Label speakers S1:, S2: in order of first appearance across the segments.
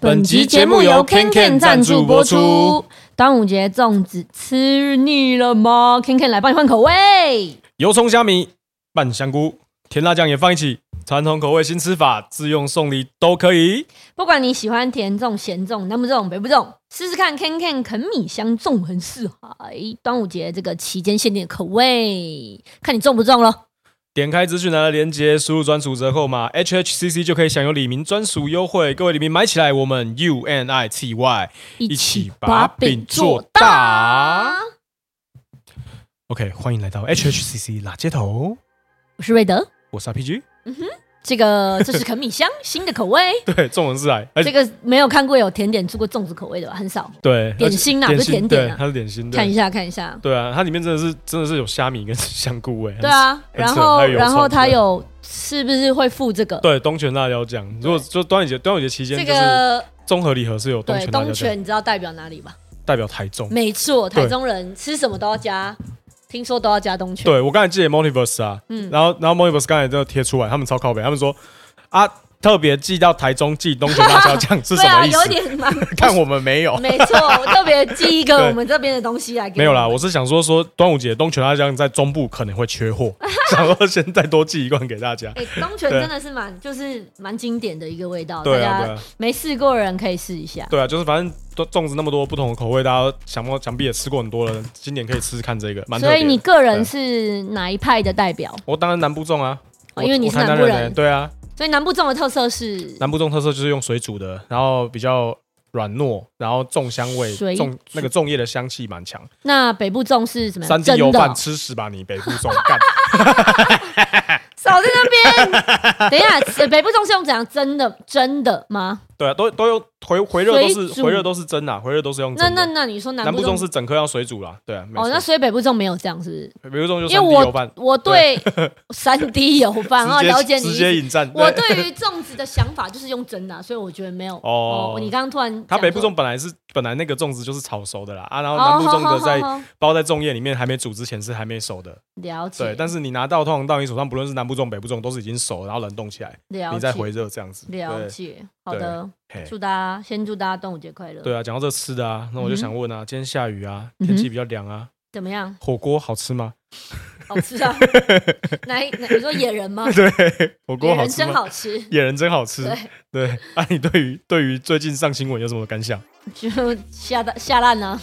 S1: 本集节目由 KenKen 赞助播出。
S2: 端午节粽子吃腻了吗？KenKen 来帮你换口味。
S1: 油葱虾米拌香菇，甜辣酱也放一起。传统口味新吃法，自用送礼都可以。
S2: 不管你喜欢甜粽、咸粽、南不粽、北不粽，试试看 KenKen 啃米香纵横四海。哎端午节这个期间限定的口味，看你中不中咯。
S1: 点开资讯栏的链接，输入专属折扣码 HHCC 就可以享有李明专属优惠。各位李明买起来，我们 U N I T Y 一起把饼做大。OK，欢迎来到 HHCC 拉街头，
S2: 我是瑞德，
S1: 我是 RPG。
S2: 嗯哼，这个这是啃米香新的口味，
S1: 对，纵横四海。哎而且
S2: 这个没有看过有甜点出过粽子口味的吧？很少。
S1: 对
S2: 点心啊
S1: 而且
S2: 不是甜点啊
S1: 对它是点心。对
S2: 看一下，看一下。
S1: 对啊，它里面真的是真的是有虾米跟香菇味。
S2: 对啊，
S1: 很
S2: 然
S1: 扯
S2: 后
S1: 还有油
S2: 然后
S1: 葱
S2: 它
S1: 对
S2: 有是不是会附这个？
S1: 对，东泉辣椒酱。如果就端午节端午节期间，
S2: 这
S1: 就是
S2: 个
S1: 综合礼盒是有东
S2: 对
S1: 泉辣椒
S2: 东
S1: 酱，
S2: 泉，你知道代表哪里吧？
S1: 代表台中。
S2: 没错，
S1: 对
S2: 台中人吃什么都要加，听说都要加东泉。
S1: 对，我刚才记得 Multiverse 啊，
S2: 嗯
S1: 然后然后 Multiverse 刚才就贴出来，他们超靠北，他们说啊，特别寄到台中寄东泉辣椒酱 是
S2: 对
S1: 什
S2: 啊，
S1: 么意
S2: 有
S1: 思？
S2: 点蛮
S1: 看我们没有，
S2: 没错，我特别寄一个
S1: 对
S2: 我们这边的东西来给
S1: 没有啦，
S2: 你们
S1: 我是想说说端午节东泉辣椒酱在中部可能会 缺货，想说先再多寄一罐给大家。
S2: 哎、东泉
S1: 对
S2: 真的是蛮就是蛮经典的一个味道，
S1: 对啊
S2: 大
S1: 对
S2: 家
S1: 啊
S2: 没试过的人可以试一下。
S1: 对啊，就是反正都粽子那么多不同的口味，大家想不想必也吃过很多了，今年可以试试看这个，蛮特
S2: 所
S1: 别的。
S2: 以你个人
S1: 对
S2: 是哪一派的代表？
S1: 我当然南部粽啊，
S2: 哦
S1: 我
S2: 因为你
S1: 我
S2: 是
S1: 台
S2: 南
S1: 南
S2: 部
S1: 欸
S2: 人，
S1: 对啊，
S2: 所以南部粽的特色是
S1: 南部粽特色就是用水煮的，然后比较软糯，然后粽香味，
S2: 水
S1: 粽
S2: 煮
S1: 那个粽叶的香气蛮强。
S2: 那北部粽是什么样？
S1: 三
S2: 真
S1: 地
S2: 的
S1: 油
S2: 哦
S1: 饭吃屎吧你，北部粽干。
S2: 少在那边。等一下，呃北部粽是用怎样蒸的？蒸的吗？
S1: 对啊，都都用回回热都是
S2: 水煮
S1: 回热都是蒸啊，回热都是用
S2: 那
S1: 蒸的。
S2: 那那你说
S1: 南
S2: 南
S1: 部粽
S2: 粽
S1: 是整颗要水煮啦，对啊，没
S2: 哦，那
S1: 错。
S2: 所以北部粽没有这样，是不是？
S1: 北部粽就
S2: 因为
S1: 三地
S2: 我
S1: 油饭，
S2: 我对三 D 油 饭哦，了
S1: 直
S2: 解
S1: 接
S2: 你
S1: 直
S2: 意思
S1: 接。引战。
S2: 我
S1: 对，
S2: 对于粽子的想法就是用蒸的啊、所以我觉得没有。
S1: 哦
S2: 哦，你刚刚突然
S1: 它
S2: 讲说
S1: 北部粽本来是本来那个粽子就是炒熟的啦啊，然后
S2: 哦
S1: 南部粽
S2: 好好
S1: 的在
S2: 好好
S1: 包在粽叶里面还没煮之前是还没熟的，
S2: 了解，
S1: 对。但是你拿到通常到你手上，不论是南部粽北部粽都是已经熟，然后冷冻起来，
S2: 了解
S1: 你再回热这样子。
S2: 了
S1: 对。
S2: 解，好的，
S1: 嘿
S2: 祝大家先祝大家端午节快乐。
S1: 对啊，讲到这吃的啊，那我就想问啊，今天下雨啊，
S2: 嗯嗯哼
S1: 天气比较凉啊，
S2: 怎么样？
S1: 火锅好吃吗？
S2: 好吃 啊？哪一哪？你说野人吗？
S1: 对，火
S2: 野
S1: 锅好
S2: 人
S1: 吃
S2: 真
S1: 吗？
S2: 好吃。
S1: 野人真好吃
S2: 对。
S1: 对，啊，你对于对于最近上新闻有什么感想？
S2: 就下到下烂了、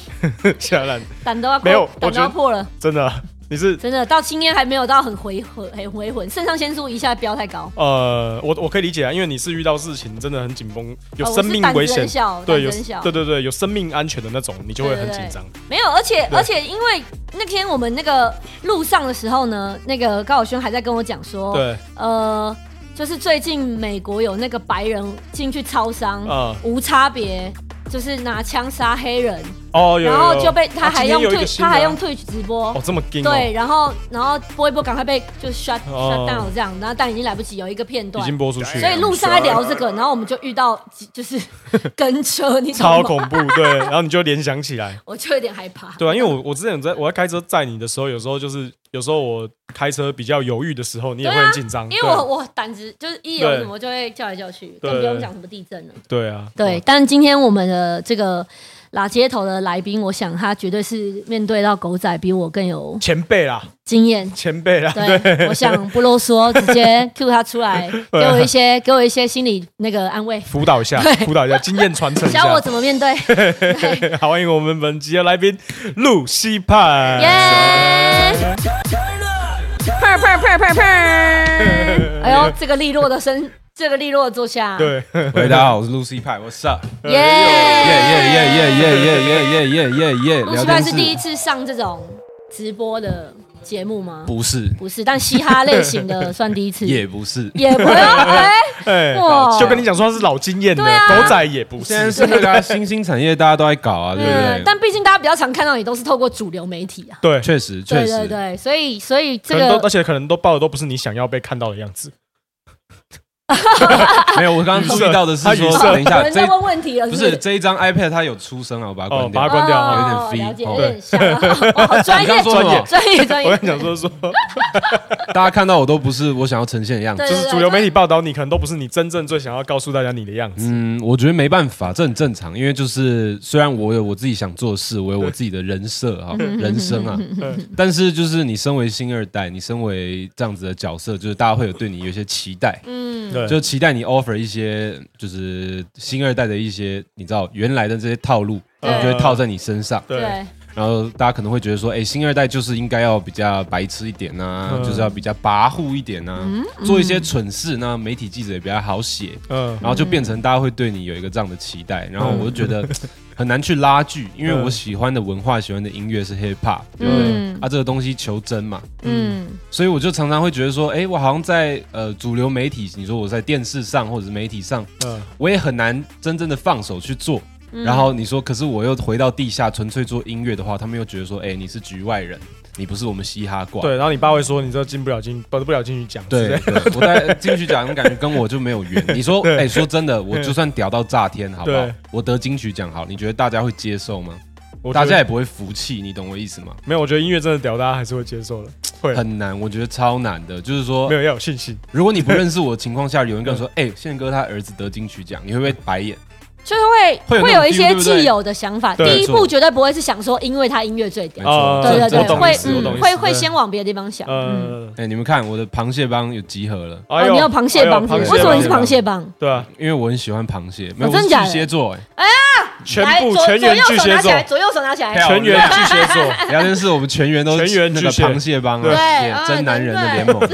S1: 夏兰，
S2: 胆都要破
S1: 没有我
S2: 胆都
S1: 觉得
S2: 要破了，
S1: 真的啊，你是
S2: 真的到今天还没有到很回魂，很回魂，肾上腺素一下飙太高，
S1: 呃，我我可以理解啊，因为你是遇到事情真的很紧绷，有
S2: 啊我
S1: 生
S2: 是
S1: 命
S2: 胆子
S1: 危险
S2: 很，小，
S1: 对，
S2: 胆
S1: 有
S2: 子很小，
S1: 对对对，有生命安全的那种，你就会
S2: 对
S1: 很
S2: 对
S1: 紧
S2: 对
S1: 张。
S2: 没有，而且
S1: 对
S2: 而且因为那天我们那个路上的时候呢，那个高晓轩还在跟我讲说，
S1: 对，
S2: 呃，就是最近美国有那个白人进去超商，
S1: 啊，
S2: 无差别。就是拿枪杀黑人，
S1: 哦，有有
S2: 然后
S1: 有
S2: 就被他
S1: 啊
S2: 还
S1: 今天
S2: 用
S1: 有一个
S2: Twitch，
S1: 新的
S2: 他
S1: 啊
S2: 还用 Twitch 直播
S1: 哦，这么硬哦，
S2: 对，然后然后播一播，赶快被就 shut、
S1: 哦
S2: shut down 这样，然后但已经来不及，有一个片
S1: 已
S2: 段
S1: 经，播出去了，
S2: 所以路上在聊这个，然后我们就遇到 就是 跟车，你懂
S1: 超
S2: 吗？
S1: 恐怖，对，然后你就联想起来，
S2: 我就有点害怕。
S1: 对啊，因为我我之前有在我在开车载你的时候，有时候就是有时候我开车比较犹豫的时候，你也
S2: 对
S1: 会
S2: 啊
S1: 很紧张，
S2: 因为我我胆子就是一有
S1: 对
S2: 什么就会叫来叫去，
S1: 对
S2: 更不用讲什么地震了。
S1: 对对啊，
S2: 对，但今天我们的这个拉街头的来宾，我想他绝对是面对到狗仔比我更有
S1: 前辈啦，
S2: 经 验。
S1: 前辈啦，
S2: 对，我想不啰嗦，直 接 Q 他出来，给我一些给我一些心理那个安慰，
S1: 辅导一下，辅导一下，经验传 承一
S2: 教 我
S1: 下。
S2: 怎么面对。
S1: 好，欢迎我们本集的来宾露 西派。
S2: 耶！砰砰砰砰砰！哎呦，这个利落的 身，这个利落的坐下。，
S1: 对，
S3: 喂，大家好，我是 Lucy 派，What's up？
S2: 耶
S3: 耶哎耶
S2: 耶
S3: 耶耶耶耶耶耶耶耶！
S2: 陆
S3: 聊
S2: 西派
S3: 天
S2: 是
S3: 室
S2: 第一次上这种直播的节目吗？
S3: 不是，
S2: 不是，但嘻哈类型的算第一次。
S3: 也不是。
S2: 也不用 哎，
S1: 哎
S2: 哇
S1: 就跟你讲说他是老经验的，
S2: 对啊
S1: 狗仔也不
S3: 现在
S1: 是。
S3: 是那个啊新兴产业，大家都在搞啊，
S2: 嗯，
S3: 对不对？
S2: 但毕竟大家比较常看到你都是透过主流媒体啊。
S1: 对，
S3: 确实，
S2: 对
S3: 确
S2: 对
S3: 实，
S2: 对，所以所以这
S1: 可能都而
S2: 个
S1: 且可能都报的都不是你想要被看到的样子。
S3: 没有，我刚刚注意到的是
S1: 他语
S3: 说，
S1: 塞
S3: 等一
S2: 有
S3: 下，
S2: 人
S3: 这
S2: 在问问题了，
S3: 不
S2: 是
S3: 是？这一张 iPad 它有出声啊，我把它关
S1: 哦把它关
S3: 掉。
S1: 掉
S2: 哦
S3: 有点
S2: 了解，
S3: free，
S2: 有
S3: 哦
S2: 点像，哦好专
S3: 你
S2: 业
S3: 刚，说什么
S2: 专业，专
S1: 我
S2: 业
S1: 跟。你讲说说，
S3: 大家看到我都不是我想要呈现的样子。
S2: 对
S1: 就是主流媒体报道你，可能都不是你真正最想要告诉大家你的样子。
S3: 嗯，我觉得没办法，这很正常，因为就是虽然我有我自己想做的事，我有我自己的人设啊、
S2: 嗯
S3: 人生啊，但是就是你身为星二代，你身为这样子的角色，就是大家会有对你有一些期待，
S2: 嗯，
S1: 对，
S3: 就期待你 offer 一些就是星二代的一些你知道原来的这些套路，
S2: 对
S3: 就会套在你身上，
S1: 对，
S2: 对，
S3: 然后大家可能会觉得说，哎，星二代就是应该要比较白痴一点呐、
S1: 嗯
S3: 就是要比较跋扈一点呐、啊
S2: 嗯
S3: 做一些蠢事，那媒体记者也比较好写，
S1: 嗯，
S3: 然后就变成大家会对你有一个这样的期待，然后我就觉得
S2: 嗯
S3: 很难去拉锯，因为我喜欢的文化、喜欢的音乐是 hip hop，对不对？
S2: 嗯
S3: 啊，这个东西求真嘛，
S2: 嗯
S3: 所以我就常常会觉得说，哎，我好像在呃主流媒体，你说我在电视上或者是媒体上，
S1: 嗯
S3: 我也很难真正的放手去做。
S2: 嗯
S3: 然后你说，可是我又回到地下纯粹做音乐的话，他们又觉得说，哎，你是局外人，你不是我们嘻哈挂。
S1: 对，然后你爸会说你这进不了进，不不了进去讲，
S3: 对，
S1: 对，
S3: 对我在进去讲，感觉跟我就没有 缘。你说，哎、说真的，我就算屌到炸天，好不好
S1: 对？
S3: 我得金曲奖，好，你觉得大家会接受吗？
S1: 我觉
S3: 大
S1: 得
S3: 家也不会服气，你懂我意思吗？
S1: 没有，我觉得音乐真的屌，大家还是会接受的，会
S3: 很难，我觉得超难的。就是说
S1: 没，有要有信心，
S3: 如果你不认识我的情况下，有人跟我说， 哎、宪哥他儿子得金曲奖，你会不会白眼？
S2: 就是会
S3: 会有那种
S2: 会有一些
S3: feel，对不对
S2: 既有的想法，
S1: 对
S2: 第一
S3: 没
S2: 步
S3: 错
S2: 绝对不会是想说因为他音乐最屌
S3: 没，错，
S1: 呃
S2: 对对
S3: 这
S1: 我
S2: 对，
S1: 懂
S2: 会
S1: 意思我懂意
S2: 嗯
S1: 思
S2: 会
S1: 对
S2: 会先往别的地方想。嗯，
S1: 嗯，
S3: 哎、你们看我的螃蟹帮有集合了，
S2: 哦，
S1: 哎
S2: 你有螃蟹帮子，
S1: 哎呦
S2: 为什么你是螃
S1: 帮
S2: 蟹帮？
S1: 对啊，
S3: 因为我很喜欢螃蟹，没有，
S2: 哦
S3: 我
S2: 真的
S3: 是
S2: 假
S3: 巨
S2: 的
S3: 蟹座、哎，
S1: 全
S2: 来，
S1: 部
S2: 左
S1: 全
S2: 左
S1: 员
S2: 右
S1: 巨
S2: 手拿
S1: 蟹
S2: 起
S1: 座
S2: 来，，左右手拿起 来。
S1: 全员巨蟹 座，
S3: 聊天室我们全员都
S1: 全员
S3: 那个
S1: 巨蟹
S3: 螃蟹帮啊，
S1: 对
S3: 耶
S2: 啊
S3: 真男人的
S2: 真
S3: 联
S2: 的
S3: 盟。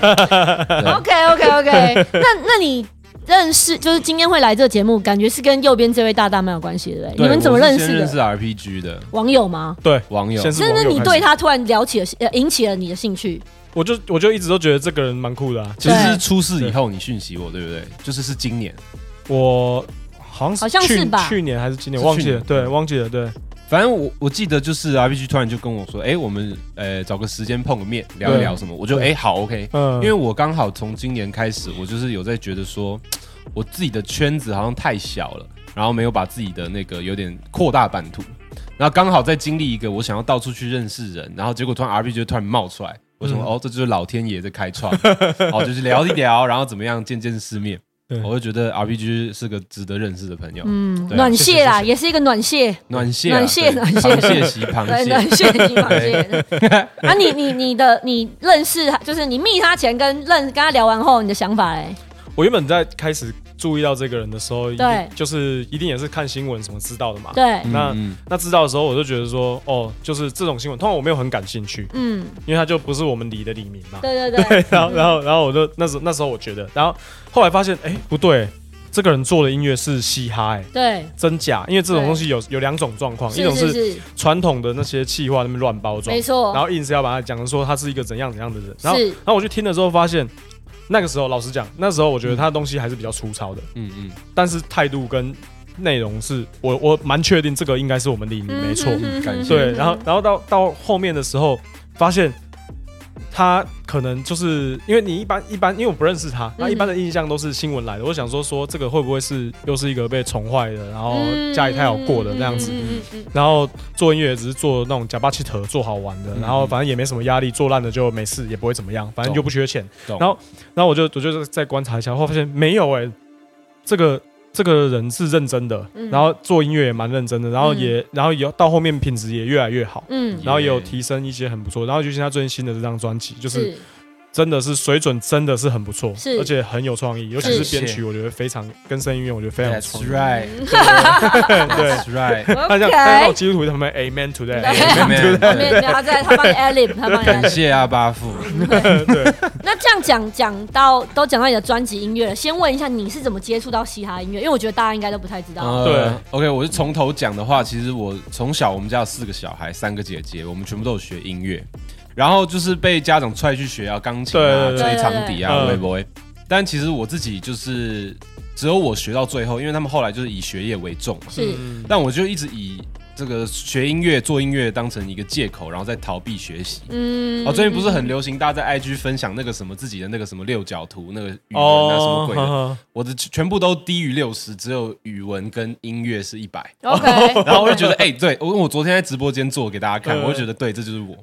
S3: 对
S2: OK OK OK，那那你认识就是今天会来这个节目，感觉是跟右边这位大大蛮有关系的，对不对？
S3: 对
S2: 你们怎么
S3: 我是
S2: 认
S3: 先
S2: 识
S3: 认识
S2: 的？
S3: RPG 的
S2: 网友吗？
S1: 对，
S3: 网友，
S1: 先是
S2: 真
S1: 网
S2: 的，
S1: 友
S2: 你
S1: 开
S2: 对
S1: 始，
S2: 他突然聊起了呃，引起了你的兴趣。
S1: 我就我就一直都觉得这个人蛮酷的啊，
S3: 其实
S2: 对
S3: 是出事以后你讯息我，对不对？就是是今年，
S1: 我好像
S2: 好像是
S1: 去
S2: 吧
S1: 去年还是今年
S3: 是
S1: 忘
S3: 去
S1: 记了，
S3: 年
S1: 对，忘记了，对，
S3: 反正我我记得就是 RPG 突然就跟我说，哎、我们呃找个时间碰个面聊一聊什么，我就哎、
S1: 对
S3: 好 OK，
S1: 嗯，
S3: 因为我刚好从今年开始，我就是有在觉得说，我自己的圈子好像太小了，然后没有把自己的那个有点扩大版图，然后刚好在经历一个我想要到处去认识人，然后结果突然 RPG 就突然冒出来，我想说、
S1: 嗯
S3: 哦，这就是老天爷在开创， 哦，就是聊一聊，然后怎么样见见世面
S1: 对。
S3: 我就觉得 RPG 是个值得认识的朋友，
S2: 嗯，
S3: 对啊
S2: 暖蟹啦，
S1: 谢谢谢谢
S2: 也是一个暖蟹，
S3: 暖蟹啊、
S2: 暖蟹
S3: 对
S2: 暖蟹
S3: 螃 蟹席
S2: 对，
S3: 螃蟹
S2: 暖，蟹及螃蟹。啊，你你你的你认识他，就是你密他前跟认跟他聊完后，你的想法嘞？
S1: 我原本在开始注意到这个人的时候，一定
S2: 对
S1: 就是一定也是看新闻什么知道的嘛。
S2: 对，
S1: 那
S3: 嗯
S1: 那知道的时候，我就觉得说，哦，就是这种新闻，通常我没有很感兴趣，
S2: 嗯，
S1: 因为它就不是我们理的里民嘛。
S2: 对对对，
S1: 然后，然后，然后我就那时候那时候我觉得，然后后来发现，哎，不对，这个人做的音乐是嘻哈，哎，
S2: 对，
S1: 真假？因为这种东西有有两种状况，一
S2: 是
S1: 种
S2: 是
S1: 是
S2: 是，
S1: 传统的那些气话那边乱包装
S2: 没，错，
S1: 然后硬是要把它讲成说他是一个怎样怎样的人，然后
S2: 是
S1: 然后我去听的时候发现，那个时候老实讲，那时候我觉得他的东西还是比较粗糙的，
S3: 嗯嗯，
S1: 但是态度跟内容是我我蛮确定这个应该是我们李明没错，
S2: 嗯
S3: 感谢
S1: 对，然后然后到到后面的时候发现。他可能就是因为你一般一般，因为我不认识
S2: 嗯
S1: 他，那一般的印象都是新闻来的。我想说说这个会不会是又是一个被宠坏的，然后家里太好过的那样子，
S2: 嗯嗯嗯嗯
S1: 然后做音乐也只是做那种假巴气头做好玩的，
S3: 嗯
S1: 然后反正也没什么压力，做烂了就没事，也不会怎么样，反正就不缺钱。
S3: 懂
S1: 然后，然后我就我就再观察一下，后来发现没有哎、这个这个人是认真的，
S2: 嗯
S1: 然后做音乐也蛮认真的，然后也、然后也到后面品质也越来越好。
S2: 嗯，
S1: 然后也有
S3: 耶
S1: 提升一些很不错，然后就像他最近新的这张专辑，就是
S2: 是
S1: 真的是水准真的是很不错，
S2: 是
S1: 而且很有创意，尤其是
S3: 是
S1: 编曲，我觉得非常跟声音乐，我觉得非常有
S3: That's
S1: 创意。
S3: right，That's
S1: 对，
S3: right。
S1: 他像
S2: OK，
S1: 他像基督徒他们 Amen today，
S2: 对
S3: 没 有没有
S2: 没有没有，他在他帮你 Alip，他帮你 Alip
S3: 感谢阿巴父。
S2: 那这样讲讲到都讲到你的专辑音乐了，先问一下你是怎么接触到嘻哈音乐？因为我觉得大家应该都不太知道。
S3: 呃，OK，我是从头讲的话，其实我从小我们家有四个小孩，三个姐姐，我们全部都有学音乐，然后就是被家长踹去学啊钢琴啊、
S1: 对对
S2: 对
S3: 吹长笛
S1: 对
S3: 啊、
S1: 对
S3: 会
S1: 对
S3: 不会？但其实我自己就是只有我学到最后，因为他们后来就是以学业为重嘛，
S2: 是
S1: 嗯
S3: 但我就一直以这个学音乐、做音乐当成一个借口，然后再逃避学习。
S2: 嗯，
S3: 哦，最近不是很流行，大家在 IG 分享那个什么自己的那个什么六角图、那个语文啊什么
S1: 哦，
S3: 鬼
S1: 哈
S3: 的，
S1: 哈
S3: 我的全部都低于六十，只有语文跟音乐是一百。
S2: OK，
S3: 然后我就觉得，哎、对我我昨天在直播间做给大家看，
S1: 嗯
S3: 我就觉得对，这就是我。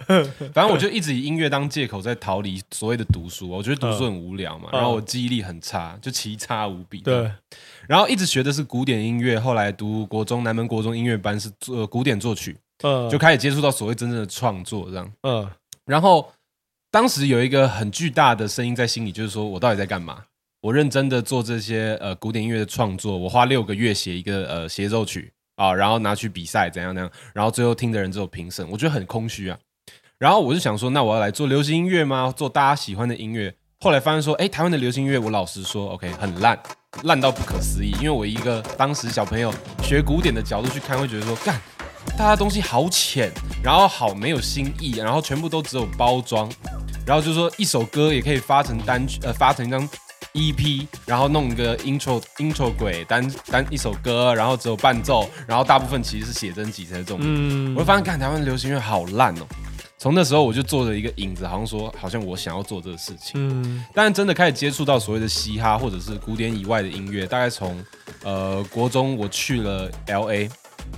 S3: 反正我就一直以音乐当借口在逃离所谓的读书，啊我觉得读书很无聊嘛，
S1: 嗯
S3: 然后我记忆力很差，就奇差无比。
S1: 对，
S3: 然后一直学的是古典音乐，后来读国中南门国中音乐班是做、呃古典作曲，
S1: 嗯，
S3: 就开始接触到所谓真正的创作这样。
S1: 嗯，
S3: 然后当时有一个很巨大的声音在心里，就是说我到底在干嘛？我认真的做这些呃古典音乐的创作，我花六个月写一个呃协奏曲啊，然后拿去比赛怎样怎样，然后最后听的人只有评审，我觉得很空虚啊。然后我就想说，那我要来做流行音乐吗？做大家喜欢的音乐？后来发现说，哎，台湾的流行音乐，我老实说，OK，很烂，烂到不可思议。因为我一个当时小朋友学古典的角度去看，会觉得说，干，大家东西好浅，然后好没有新意，然后全部都只有包装，然后就说一首歌也可以发成单曲，呃，发成一张 EP，然后弄一个 intro intro 轨单单一首歌，然后只有伴奏，然后大部分其实是写真集才是重点。
S1: 嗯
S3: 我就发现，看台湾的流行乐好烂哦。从那时候我就做了一个影子，好像说，好像我想要做这个事情。
S1: 嗯
S3: 但是真的开始接触到所谓的嘻哈或者是古典以外的音乐，大概从呃国中我去了 L A，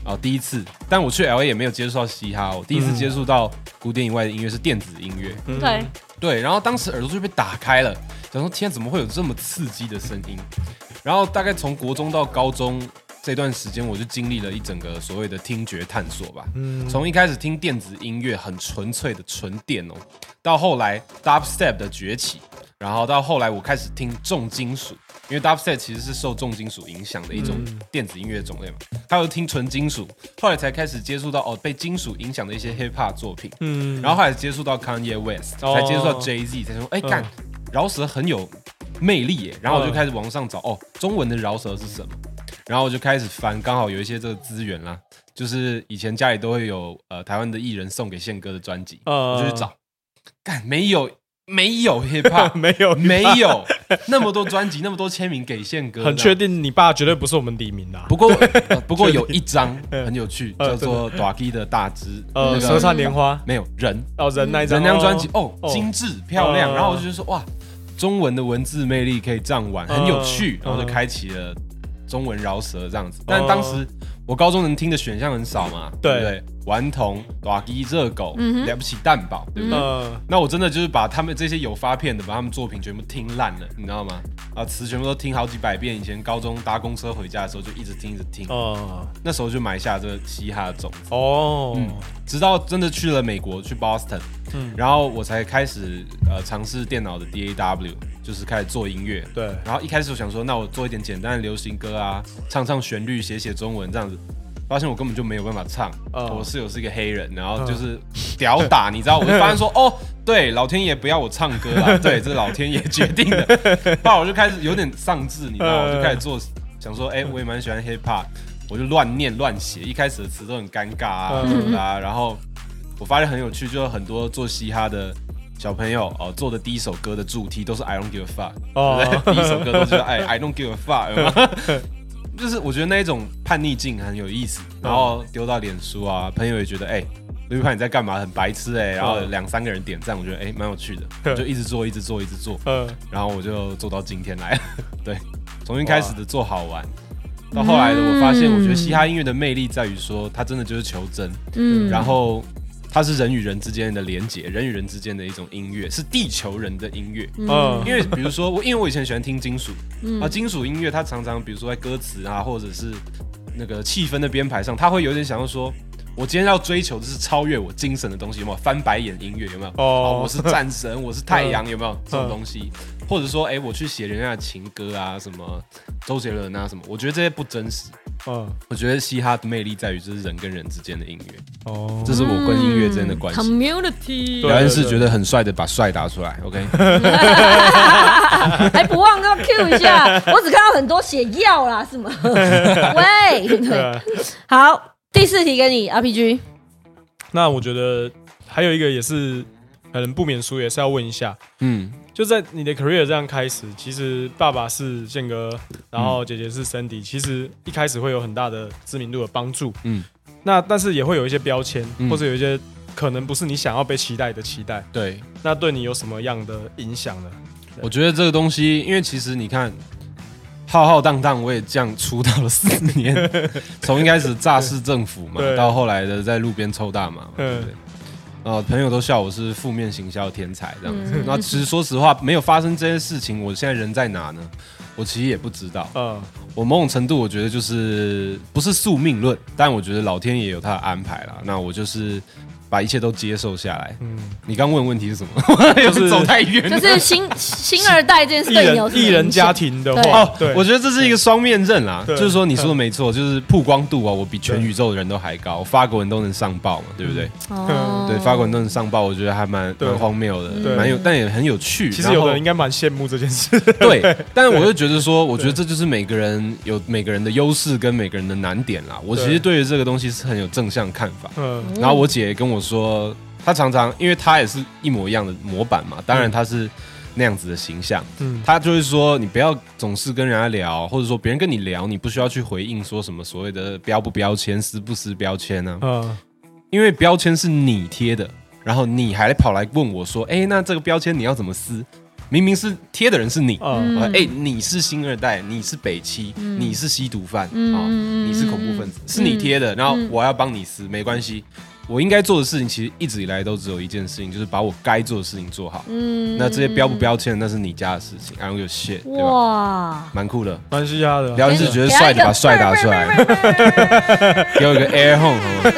S3: 啊、第一次，但我去 L A 也没有接触到嘻哈，哦我第一次
S1: 嗯
S3: 接触到古典以外的音乐是电子音乐，
S1: 嗯
S2: 对，
S3: 对，然后当时耳朵就被打开了，想说天啊怎么会有这么刺激的声音？然后大概从国中到高中这段时间，我就经历了一整个所谓的听觉探索吧，
S1: 嗯
S3: 从一开始听电子音乐很纯粹的纯电哦，到后来 dubstep 的崛起，然后到后来我开始听重金属，因为 dubstep 其实是受重金属影响的一种电子音乐种类嘛，还有听纯金属，后来才开始接触到哦被金属影响的一些 hip hop 作品，
S1: 嗯，
S3: 然后后来接触到 Kanye West，
S1: 哦
S3: 才接触到 Jay Z，才说哎
S1: 嗯
S3: 干饶舌很有魅力耶，然后我就
S1: 嗯
S3: 开始往上找哦中文的饶舌是什么，然后我就开始翻，刚好有一些这个资源啦，就是以前家里都会有呃台湾的艺人送给宪哥的专辑，
S1: 嗯
S3: 我就去找，干没有没 有 hip hop，
S1: 没有
S3: 没有那么多专辑，那么多签名给宪哥，啊
S1: 很确。定，你爸绝对不是我们黎明啦。啊
S3: 不过，呃不过有一张很有趣，
S1: 呃
S3: 叫做 d a g i 的大只，
S1: 呃，
S3: 那
S1: 舌
S3: 个
S1: 灿莲花
S3: 没有人，
S1: 哦，人那一张
S3: 整张专辑哦，
S1: 哦
S3: 精致漂亮，
S1: 嗯
S3: 然后我就觉得说哇，中文的文字魅力可以这样玩，
S1: 嗯
S3: 很有趣，
S1: 嗯哦
S3: 然后就开启了中文饶舌这样子。但当时我高中能听的选项很少嘛，
S1: 对
S3: 对不对？顽童、瓦基、热狗、
S2: 嗯哼
S3: 了不起蛋堡，对不对？
S1: 嗯
S3: 那我真的就是把他们这些有发片的，把他们作品全部听烂了，你知道吗？啊，词全部都听好几百遍。以前高中搭公车回家的时候，就一直听，一直听。
S1: 哦
S3: 那时候就埋下这个嘻哈的种子。
S1: 哦，
S3: 嗯，直到真的去了美国，去 Boston，
S1: 嗯
S3: 然后我才开始呃尝试电脑的 DAW，就是开始做音乐。
S1: 对，
S3: 然后一开始我想说，那我做一点简单的流行歌啊，唱唱旋律，写写中文这样子。发现我根本就没有办法唱
S1: 哦
S3: 我室友是一个黑人，然后就是屌打， 你知道，我就发现说，哦，对，老天爷不要我唱歌啦，对，这是老天爷决定的。后来我就开始有点丧志，你知道，
S1: 嗯
S3: 我就开始做，想说，哎、我也蛮喜欢 hip hop，我就乱念乱写，一开始的词都很尴尬啊
S1: 嗯
S3: 什么的啊，然后我发现很有趣，就是很多做嘻哈的小朋友哦、做的第一首歌的主题都是 I don't give a fuck，
S1: 哦
S3: 对 不对？第一首歌都是哎 I don't give a fuck，有没有 就是我觉得那一种叛逆劲很有意思，然后丢到脸书啊，朋友也觉得哎。刘玉派你在干嘛？很白痴哎、然后
S1: 嗯
S3: 两三个人点赞，我觉得哎蛮、有趣的，我就一直做，一直做，一直做，
S1: 嗯
S3: 然后我就做到今天来了。 对，从一开始的做好玩，到后来的我发现，我觉得嘻哈音乐的魅力在于说，它真的就是求真，
S2: 嗯，
S3: 然后它是人与人之间的连结，人与人之间的一种音乐，是地球人的音乐。
S1: 嗯
S3: 因为比如说我，因为我以前喜欢听金属
S2: 嗯
S3: 啊，金属音乐它常常比如说在歌词啊，或者是那个气氛的编排上，它会有点想要说。我今天要追求的是超越我精神的东西，有没有？翻白眼音乐有没有？哦，我是战神，我是太阳，有没有这种东西？或者说，哎、我去写人家的情歌啊，什么周杰伦啊，什么？我觉得这些不真实。
S1: 嗯
S3: 我觉得嘻哈的魅力在于这是人跟人之间的音乐，
S1: 哦，
S3: 这是我跟音乐之间的关
S2: 嗯
S3: 系。
S2: Community，
S1: 对
S3: 表演是觉得很帅的，把帅打出来，OK？
S2: 还哎不忘要 Q 一下， 我只看到很多写药啦，什么？喂，
S1: 对
S2: 对，
S1: 啊。
S2: 好，第四题给你 RPG，
S1: 那我觉得还有一个也是可能不免俗，也是要问一下，
S3: 嗯，
S1: 就在你的 career 这样开始，其实爸爸是宪哥，然后姐姐是 Sandy，、其实一开始会有很大的知名度的帮助。
S3: 嗯
S1: 嗯，那但是也会有一些标签，
S3: 嗯
S1: 或者有一些可能不是你想要被期待的期待，
S3: 对，
S1: 那对你有什么样的影响呢？
S3: 我觉得这个东西，因为其实你看，浩浩荡荡我也这样出道了四年，从一开始炸市政府嘛，
S1: 对
S3: 到后来的在路边抽大麻嘛，对
S1: 嗯
S3: 不对？呃，朋友都笑我是负面行销天才这样子
S2: 嗯。
S3: 那其实说实话，没有发生这些事情，我现在人在哪呢？我其实也不知道。
S1: 嗯，
S3: 我某种程度，我觉得就是不是宿命论，但我觉得老天也有他的安排啦。那我就是把一切都接受下来。嗯
S1: 嗯，
S3: 你刚问的问题是什么？就是走太远了，
S2: 就是新新二代这件事
S1: 艺
S2: 对你有什
S1: 人
S2: 么
S1: 艺人
S2: 影响
S1: 家庭的
S2: 对
S1: 话，
S3: 哦，
S1: 对，
S3: 我觉得这是一个双面刃啦，
S1: 对
S3: 就是说你说的没 错，就是曝光度啊，我比全宇宙的人都还高，法国人都能上报嘛，对不对？
S2: 哦
S3: 对，法国人都能上报，我觉得还蛮
S1: 对
S3: 蛮荒谬的，
S1: 对
S3: 蛮有，但也很有趣。
S1: 其实有的人
S3: 然
S1: 应该蛮羡慕这件 事，
S3: 后对，但是我就觉得说，我觉得这就是每个人有每个人的优势跟每个人的难点啦。我其实对于这个东西是很有正向看法。
S1: 嗯，
S3: 然后我姐也跟我说，她常常因为她也是一模一样的模板嘛，当然她是那样子的形象，
S1: 嗯
S3: 他就会说，你不要总是跟人家聊，或者说别人跟你聊，你不需要去回应说什么所谓的标不标签、撕不撕标签呢、啊？
S1: 嗯，
S3: 因为标签是你贴的，然后你还跑来问我说，哎、那这个标签你要怎么撕？明明是贴的人是你，啊，
S1: 嗯
S3: 哎、你是星二代，你是北七，你是吸毒犯啊、
S2: 嗯嗯
S3: 你是恐怖分子，是你贴的，然后我要帮你撕，没关系。我应该做的事情，其实一直以来都只有一件事情，就是把我该做的事情做好。
S2: 嗯
S3: 那这些标不标签，那是你家的事情，I don't give a shit，对吧？
S2: 哇，
S3: 蛮酷的，
S1: 蛮嘻哈的啊，
S3: 聊天室觉得帅的把帅打出来， 给我一个 air home，好吗？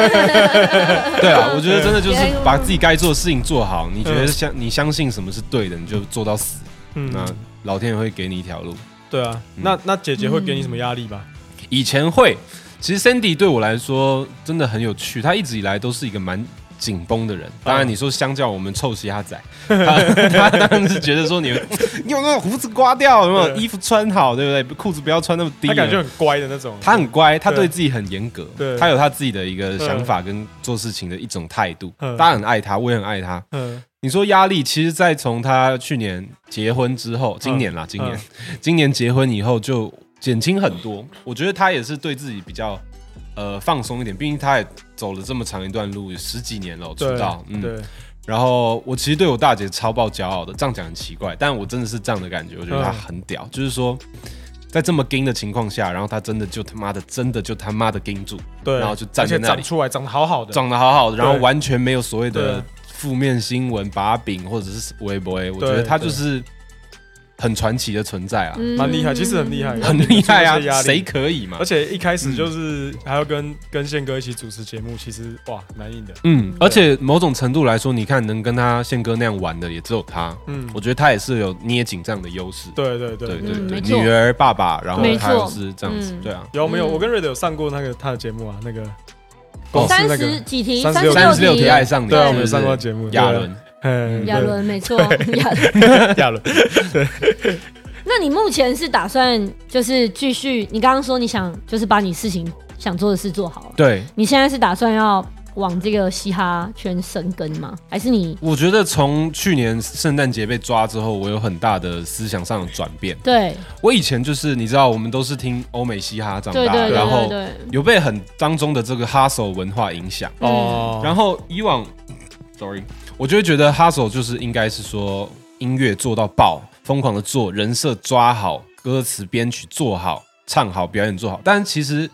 S3: 对啊，我觉得真的就是把自己该做的事情做好。你觉得相你相信什么是对的，你就做到死。那
S1: 嗯，
S3: 老天也会给你一条路。
S1: 对啊，
S3: 嗯
S1: 那那姐姐会给你
S2: 嗯
S1: 什么压力吧？
S3: 以前会，其实 Sandy 对我来说真的很有趣，他一直以来都是一个蛮。紧绷的人，当然你说相较我们臭嘻哈仔， 他他当然是觉得说你你有没有胡子刮掉，有没有
S1: 对
S3: 衣服穿好，对不对？裤子不要穿那么低，
S1: 她感觉很乖的那种，
S3: 他很乖，他对
S1: 对
S3: 自己很严格，
S1: 对
S3: 他有他自己的一个想法跟做事情的一种态度，
S1: 嗯
S3: 大家很爱他，我也很爱他。
S1: 嗯
S3: 你说压力，其实，在从他去年结婚之
S1: 嗯
S3: 后，今年啦，今年，今年结婚以后就减轻很多。我觉得他也是对自己比较呃放松一点，毕竟他也走了这么长一段路，有十几年了出
S1: 对
S3: 道，嗯。
S1: 对，
S3: 然后我其实对我大姐超爆骄傲的，这样讲很奇怪，但我真的是这样的感觉，我觉得她
S1: 嗯
S3: 很屌，就是说。在这么盯的情况下，然后她真的就他妈的，真的就他妈的盯住，
S1: 对，
S3: 然后就站
S1: 而且
S3: 在那里
S1: 长出来，长得好好的，
S3: 长得好好的，然后
S1: 对
S3: 完全没有所谓的
S1: 对
S3: 负面新闻把柄或者是微博，我觉
S1: 对
S3: 得她
S1: 对
S3: 就是很传奇的存在啊，
S2: 嗯
S1: 蛮厉害，其实很厉害，
S3: 很厉害啊
S1: 有这些压，力
S3: 谁可以嘛
S1: 而？且一开始就是还要跟跟宪哥一起主持节目，其实哇蛮硬的，
S3: 嗯，而且某种程度来说，你看能跟他宪哥那样玩的也只有他，
S1: 嗯，
S3: 我觉得他也是有捏紧这样的优势。
S1: 对对对
S3: 对
S1: 对。
S3: 对
S2: 嗯没
S3: 对，
S2: 错
S3: 女儿、爸爸，然后
S2: 没
S3: 他又
S2: 错
S3: 是这样子
S2: 嗯，
S3: 对啊，
S1: 有没有？
S2: 嗯
S1: 我跟瑞德有上过那个他的节目啊，那个
S3: 哦
S1: 是
S2: 三
S1: 那
S2: 十
S1: 个
S2: 几题，
S1: 36
S2: 十
S3: 三十六
S2: 题
S3: 题爱上你，
S1: 对啊，我
S3: 是
S1: 们
S3: 不
S1: 有
S3: 是
S1: 上过节目。
S3: 亚伦，
S1: 嗯，
S2: 亚伦没错，亚伦。
S1: 对亚伦，
S2: 那你目前是打算就是继续？你刚刚说你想就是把你事情想做的事做好了，
S3: 对。
S2: 你现在是打算要往这个嘻哈圈深耕吗？还是你
S3: 我觉得从去年圣诞节被抓之后，我有很大的思想上的转变。
S2: 对
S3: 我以前就是你知道，我们都是听欧美嘻哈长
S2: 对
S3: 大，
S2: 对对
S3: 然后
S2: 对
S3: 有被很当中的这个哈手文化影响。
S1: 哦，
S3: 然后以往，sorry，我就会觉得哈手就是应该是说音乐做到爆，疯狂的做，人设抓好，歌词编曲做好，唱好，表演做好。但其实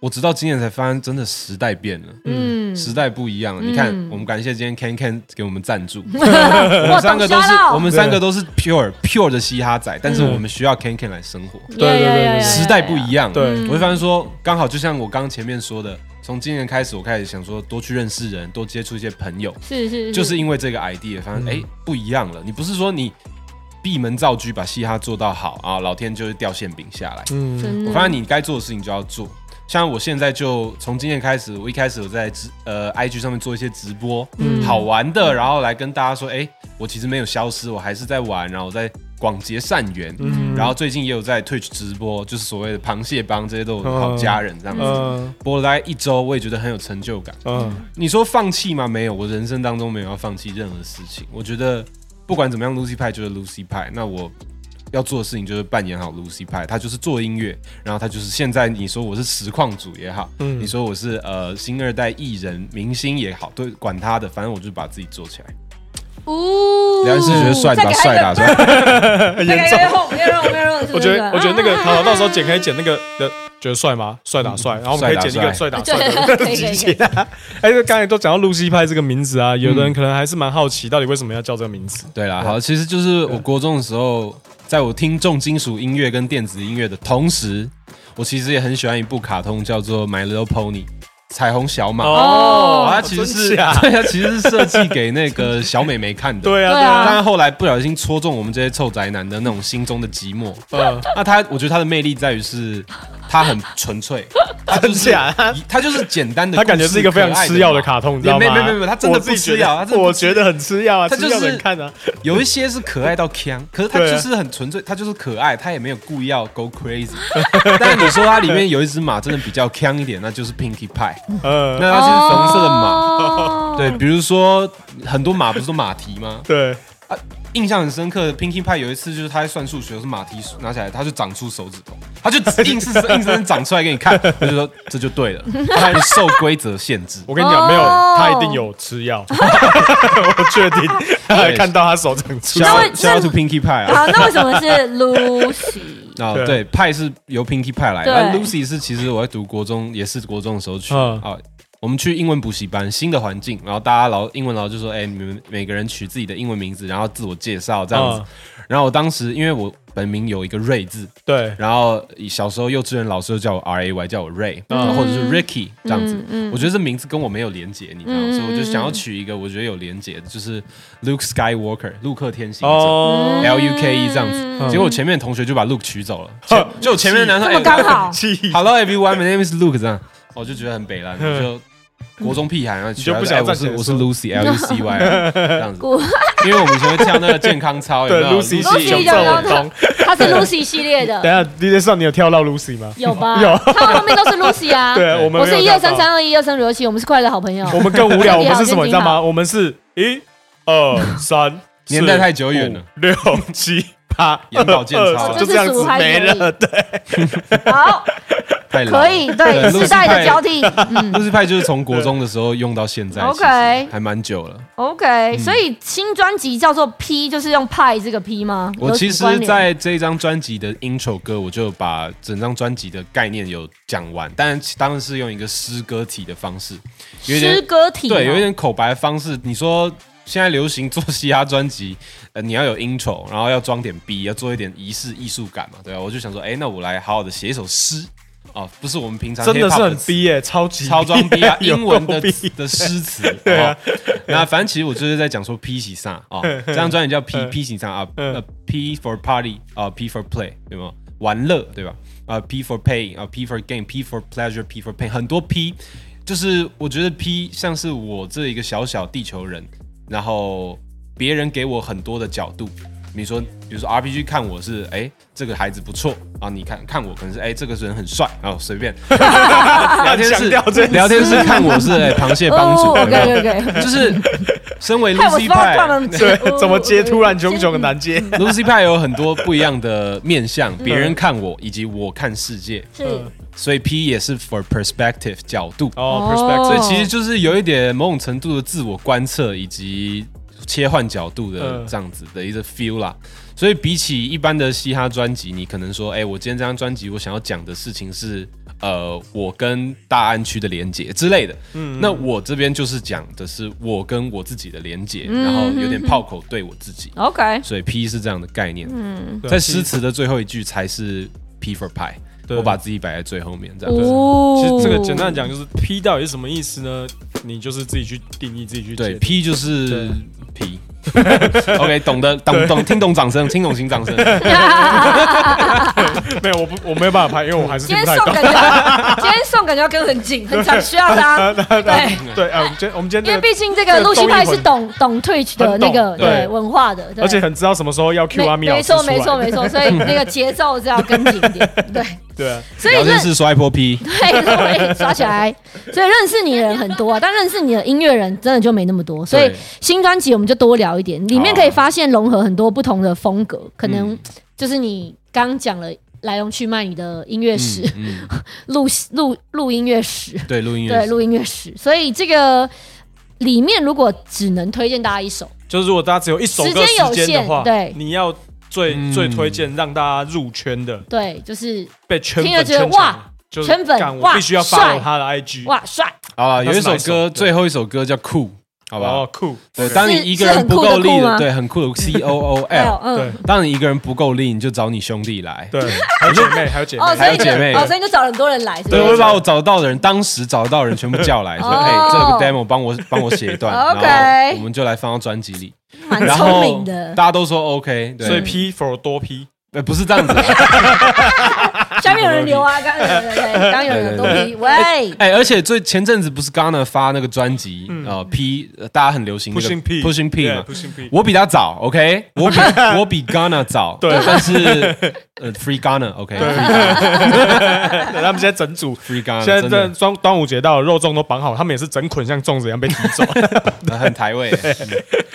S3: 我直到今年才发现，真的时代变了。
S2: 嗯
S3: 时代不一样了，
S2: 嗯
S3: 你看，我们感谢今天 Ken Ken 给我们赞助，
S2: 我
S3: 我们三个都是我们三
S1: 对
S3: 个都是 pure pure 的嘻哈仔，但是
S1: 嗯
S3: 我们需要 Ken Ken 来生活。
S1: 对对对对
S3: 时代不一，样，
S1: 对
S3: 我会发现说，刚好就像我刚前面说的，从今年开始，我开始想说多去认识人，多接触一些朋友，
S2: 是是
S3: 就是因为这个 idea，发现哎、
S1: 嗯
S3: 诶不一样了。你不是说你闭门造车把嘻哈做到好啊，老天就会掉馅饼下来。
S1: 嗯，
S2: 真的
S3: 我发现你该做的事情就要做。像我现在就从今年开始，我一开始有在直呃 IG 上面做一些直播，
S2: 嗯
S3: 好玩的，然后来跟大家说，哎、我其实没有消失，我还是在玩，然后我在广结善缘。
S1: 嗯
S3: 然后最近也有在 Twitch 直播，就是所谓的螃蟹帮这些都有好家人这样子，
S1: 嗯
S3: 播了大概一周，我也觉得很有成就感。
S1: 嗯
S3: 你说放弃吗？没有，我人生当中没有要放弃任何事情。我觉得不管怎么样，Lucy 派就是 Lucy 派。那我要做的事情就是扮演好 Lucy 派，他就是做音乐，然后他就是现在你说我是实况组也好，你说我是呃新二代艺人明星也好，对，管他的，反正我就把自己做起来。
S2: 哦，
S3: 梁思觉得帅打帅打帅，
S1: 很
S2: 越
S1: 严
S2: 来
S1: 重
S2: 越。红，越来越红，
S1: 我觉得，我觉得 那个
S2: 啊
S1: 好，到时候剪可以剪那个的，觉得帅吗？帅
S3: 嗯
S1: 打帅，然后我们可以剪一个帅打帅
S2: 啊对
S1: 的
S2: 可以可
S1: 集
S2: 以
S1: 结啊。 哎，这刚才都讲到露西派这个名字啊，有
S3: 嗯
S1: 的人可能还是蛮好奇，到底为什么要叫这个名字？
S3: 对啦，好，其实就是我国中的时候，在我听重金属音乐跟电子音乐的同时，我其实也很喜欢一部卡通叫做《My Little Pony》彩虹小马。
S2: 哦
S3: 它其实是
S1: 真
S3: 对
S1: 假
S3: 它其实是设计给那 个小美眉看的。
S1: 对
S2: 对啊
S1: 啊，
S3: 但后来不小心戳中我们这些臭宅男的那种心中的寂寞。
S1: 对啊，
S3: 那他，我觉得他的魅力在于是，他很纯 粹，他就
S1: 真
S3: 是
S1: 假
S3: 他就是简单的，
S1: 他感觉是一个非常吃药的卡通，你知道吗？
S3: 没没没没，他真的
S1: 我
S3: 不
S1: 自己
S3: 吃
S1: 觉
S3: 药，他
S1: 得
S3: 真的
S1: 我
S3: 不吃
S1: 觉得很吃药啊，
S3: 他就
S1: 吃
S3: 是
S1: 药的人看啊，
S3: 有一些是可爱到呛，可是他
S1: 对啊
S3: 就是很纯粹，他就是可爱，他也没有故意要 go crazy。但是你说它里面有一只马真的比较呛一点，那就是 Pinkie Pie，
S1: 嗯，
S3: 那它是粉红色的马。
S2: 马
S3: 对，，比如说很多马不是都马蹄吗？
S1: 对，
S3: 印象很深刻的 Pinkie Pie 有一次就是他在算数学，是马蹄拿起来，他就长出手指头，他就硬是硬生生长出来给你看，我就说这就对了，他不受规则限制。
S1: 我跟你讲，没有，
S2: 哦
S1: 他一定有吃药， 我确 定，
S3: 哎
S1: 看到他手掌出
S3: Shout
S2: 那为
S3: out- shout out to Pinkie Pie 啊！
S2: 好，那为什么是 Lucy？
S3: 啊、
S1: 对
S3: 对，派是由 Pinkie 派来的，
S2: 对
S3: 那 Lucy 是其实我在读国中，也是国中的时候去啊、
S1: 嗯
S3: 我们去英文补习班，新的环境，然后大家老英文老师就说，哎、你们每个人取自己的英文名字，然后自我介绍这样子。
S1: 嗯
S3: 然后我当时因为我本名有一个瑞字，
S1: 对，
S3: 然后小时候幼稚园老师就叫我 R A Y，叫我 Ray，、
S1: 嗯
S3: 或者是 Ricky 这样子。
S2: 嗯
S3: 我觉得这名字跟我没有连结，你知道吗？
S2: 嗯
S3: 所以我就想要取一个我觉得有连结的，就是 Luke Skywalker，陆克天行者。
S1: 哦，
S3: L U K E 这样子。
S1: 嗯
S3: 结果我前面的同学就把 Luke 取走了，前就我前面的男生哎
S2: 这么刚好
S1: 气
S3: Hello everyone, my name is Luke 这样，我就觉得很北蓝，我就。国中屁孩啊，
S1: 就不想
S3: 哎
S1: 要
S3: 我
S1: 站起
S3: 是
S1: 来
S3: 我是
S1: 说
S3: Lucy L U C Y 这样子
S2: 古，
S3: 因为我们以前会跳那个健康操，有
S1: 对
S3: 没有
S1: ，Lucy
S2: 是
S1: 熊
S2: 有
S1: 在
S2: 有
S1: 我
S2: 有
S1: 东。
S2: 她是 Lucy 系列
S1: 等
S2: 的，
S1: 一下 DJ 上你有跳到 Lucy 吗？
S2: 有吧？
S1: 有
S2: 他们后面都是 Lucy 啊。
S1: 对，我们
S2: 我是
S1: 没有
S2: 一
S1: 跳
S2: 二
S1: 到
S2: 三，三二一二三六七，我们是快乐好朋友。
S1: 我们更无 聊，我
S2: 你好
S1: 们是什么？
S2: 你好
S1: 你知道吗？我们是一、二、三，四
S3: 年代太久远 了，
S1: 五六七八，
S3: 眼保健
S1: 二
S3: 操
S1: 就哦这样
S2: 就是
S1: 子
S2: 数还
S1: 没
S2: 可以
S1: 了。对，
S2: 好，
S3: 太老了
S2: 可以，对，
S3: Lucy
S2: 世代的
S3: 派
S2: 交替，嗯
S3: Lucy 派就是从国中的时候用到现在
S2: OK
S3: 其实还蛮久了。
S2: ，OK，所以新专辑叫做 P，就是用派这个 P 吗？
S3: 我
S2: 有
S3: 其
S2: 什么
S3: 实
S2: 关联
S3: 在这一张专辑的 intro 歌，我就把整张专辑的概念有讲完，但当然是用一个诗歌体的方式，有一点
S2: 诗歌体吗，
S3: 对，有一点口白的方式。你说现在流行做嘻哈专辑，呃，你要有 intro，然后要装点 B，要做一点仪式艺术感嘛，对吧、我就想说，哎、那我来好好的写一首诗哦，不是我们平常
S1: 真的是
S3: hip-hop
S1: 很
S3: 词
S1: B 耶，超级
S3: 超装逼啊，
S1: 有
S3: 英文的
S1: 够逼
S3: 的诗词。对啊，那反正其实我就是在讲说 P 喜上 啊，这张专辑叫 P
S1: 嗯
S3: P 喜上啊，
S1: 嗯
S3: 呃 P for party 啊，P for play 对吗？玩乐对吧？啊，P for pay 啊，P for game，P for pleasure，P for pain，很多 P，就是我觉得 P 像是我这一个小小地球人，然后别人给我很多的角度。比如说，比如说 RPG 看我是哎、这个孩子不错啊，你看看我可能是哎、这个人很帅啊，随便 聊天
S1: 强
S3: 室
S1: 调这件事
S3: 聊天室看我是哎、螃蟹帮主，
S2: 哦
S3: 有没有
S2: ，OK OK，
S3: 就是 身为
S2: 看我
S3: Lucy
S2: 是不是
S3: 派
S2: 断了，
S1: 对
S2: 哦，
S1: 怎么接突然
S2: 接
S1: 炯炯很难接？
S3: ，Lucy 派有很多不一样的面向，
S2: 嗯
S3: 别人看我以及我看世界，
S2: 是
S3: 所以 P 也是 for perspective 角度，
S1: 哦
S2: 哦
S1: ，perspective，
S3: 所以其实就是有一点某种程度的自我观测以及切换角度的
S1: 嗯
S3: 这样子的一个 feel 啦。所以比起一般的嘻哈专辑，你可能说，哎、我今天这张专辑我想要讲的事情是，呃，我跟大安区的连接之类的。嗯，那我这边就是讲的是我跟我自己的连接，然后有点炮口对我自己。
S2: OK，
S3: 所以 P 是这样的概念，
S1: 对
S3: 在诗词的最后一句才是 P for pie，
S1: 对
S3: 我把自己摆在最后面这样子。
S2: 哦
S1: 其实这个简单地讲就是 P 到底是什么意思呢？你就是自己去定义，自己去解
S3: 对
S1: 读。
S3: ，P 就是
S1: 对
S3: P。OK，懂得懂懂听懂掌声，听懂请掌声。
S1: 没有，我不我没有办法拍，因为我还是
S2: 今
S1: 听不
S2: 天
S1: 太
S2: 送
S1: 懂。
S2: 感觉，今天送感觉要跟很紧，很常需要的啊， 对，
S1: 对啊，我们今天我们今
S2: 因为
S1: 天这
S2: 毕竟这个
S1: 这个
S2: 路西
S1: 东一
S2: 派是
S1: 魂
S2: 懂懂 Twitch 的
S1: 很
S2: 那
S1: 懂
S2: 个
S1: 对
S2: 对文化的，对
S1: 个，而且很知道什么时候要 Q 阿米
S2: 没
S1: 老
S2: 没
S1: 师出
S2: 错
S1: 来。
S2: 没错没错， 所以那个节奏是要跟紧一点，对，
S1: 对啊，
S2: 所以
S3: 聊天
S2: 认
S3: 室刷一波 P， 嗯
S2: 对对耍起来，所以认识你的人很多啊，但认识你的音乐人真的就没那么多，所以
S3: 对
S2: 新专辑我们就多聊一点，里面
S3: 好嗯
S2: 可以发现融合很多不同的风格，可能就是你刚讲了来龙去脉，你的音乐史、
S3: 嗯，嗯
S2: 录录录音乐史，
S3: 对，录音乐
S2: 对，录音乐史。所以这个里面如果只能推荐大家一首，
S1: 就是如果大家只有一首
S2: 时
S1: 歌
S2: 间有
S1: 时间的
S2: 限
S1: 话，
S2: 对
S1: 你要最、
S3: 嗯
S1: 最推荐让大家入圈的，
S2: 对，就是
S1: 被圈
S2: 听了
S1: 粉
S2: 觉得
S1: 圈起来
S2: 哇
S1: 的，就是
S2: 圈粉
S1: 干我
S2: 哇
S1: 必须要
S2: 帅
S1: follow 他的 IG，
S2: 哇帅，
S3: 啊，有一首
S1: 那是哪一
S3: 歌，
S1: 首
S3: 最后一首歌叫酷，好
S1: 好
S3: 吧？
S1: 吧，酷，
S3: 对，
S1: OK
S3: 当你一个人不
S2: 哦
S3: 够
S2: 是很
S3: 力
S2: 酷的酷吗
S3: 对，很酷的 C O O
S2: 还有
S3: L。
S1: 对
S2: 嗯。
S3: 当你一个人不够力，你就找你兄弟来。
S1: 对，还有姐妹，还有姐妹，
S2: 哦，所
S3: 还有
S2: 以你就
S3: 姐妹
S2: 哦，所以你就找了很多人来，是不
S3: 对，
S2: 是
S3: 我会把我找到的人，当时找到的人全部叫 来，说：“
S2: 哦
S3: 哎，这个 demo 帮我帮我写 一段，
S2: OK
S3: 然后我们就来放到专辑里。”
S2: 蛮
S3: 然
S2: 聪
S3: 后
S2: 明的。
S3: 大家都说 OK，对
S1: 所以 P for 多 P，
S3: 呃不是这样子。
S2: 下面有人留啊，刚刚有人对对对刚刚有人都批，喂，
S3: 哎，而且最前阵子不是 Gana 发那个专辑呃 P，呃大家很流行那个
S1: 嗯 Pushing P
S3: Pushing P 嘛
S1: 不，信 P，
S3: 我比他早，OK，我比 我比 Ghana 早，
S1: 对
S3: 但是呃，Free Ghana，OK，、
S1: 对对他们现在整组。
S3: f r e e Ghana，
S1: 现在
S3: 真
S1: 在
S3: 的
S1: 端端午节到了，肉粽都绑好，他们也是整捆像粽子一样被提走。
S3: 很台味，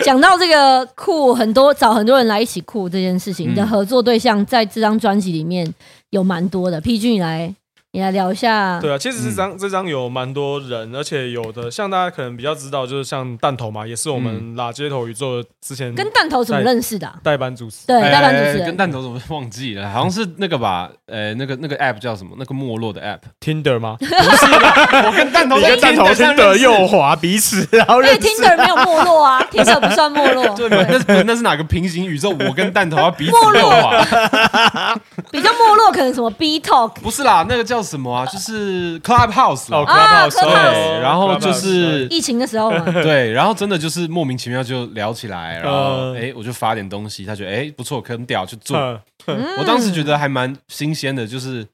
S2: 讲到这个酷，很多找很多人来一起酷这件事情，你的
S3: 嗯
S2: 合作对象在这张专辑里面有蛮多的。PG，你来，你来聊一下，
S1: 对啊，其实
S3: 嗯
S1: 这张、这张有蛮多人，而且有的像大家可能比较知道，就是像弹头嘛，也是我
S3: 嗯
S1: 们拉街头宇宙之前
S2: 跟弹头怎么认识的啊？
S1: 代班主持。
S2: 对，
S3: 哎
S2: 代班主持
S3: 跟
S2: 人，
S3: 弹头怎么忘记了？好像是那个吧，呃，那个那个 app 叫什么？那个没落的 app，
S1: Tinder 吗？
S3: 我跟弹头
S1: 你跟弹头 Tinder 右
S3: 又
S1: 滑彼此，然后
S2: 因为
S1: 认识。
S2: Tinder 没有没落啊，Tinder 不算没落，
S3: 对，那是那是哪个平行宇宙？我跟弹头要彼此右滑？
S1: 啊
S2: 比较没落可能什么 B Talk
S3: 不是啦，那个叫什么啊？就是 Clubhouse
S1: 哦
S3: 啦。
S2: 啊
S1: Clubhouse，
S3: 对，然后就
S1: Clubhouse，
S3: 是
S2: 疫情的时候 嘛，
S3: 对，然后真的就是莫名其妙就聊起来，然后
S1: 嗯
S3: 哎、诶我就发点东西，他觉得哎、诶不错，坑掉去做。
S1: 嗯
S2: 嗯
S3: 我当时觉得还蛮新鲜的，就是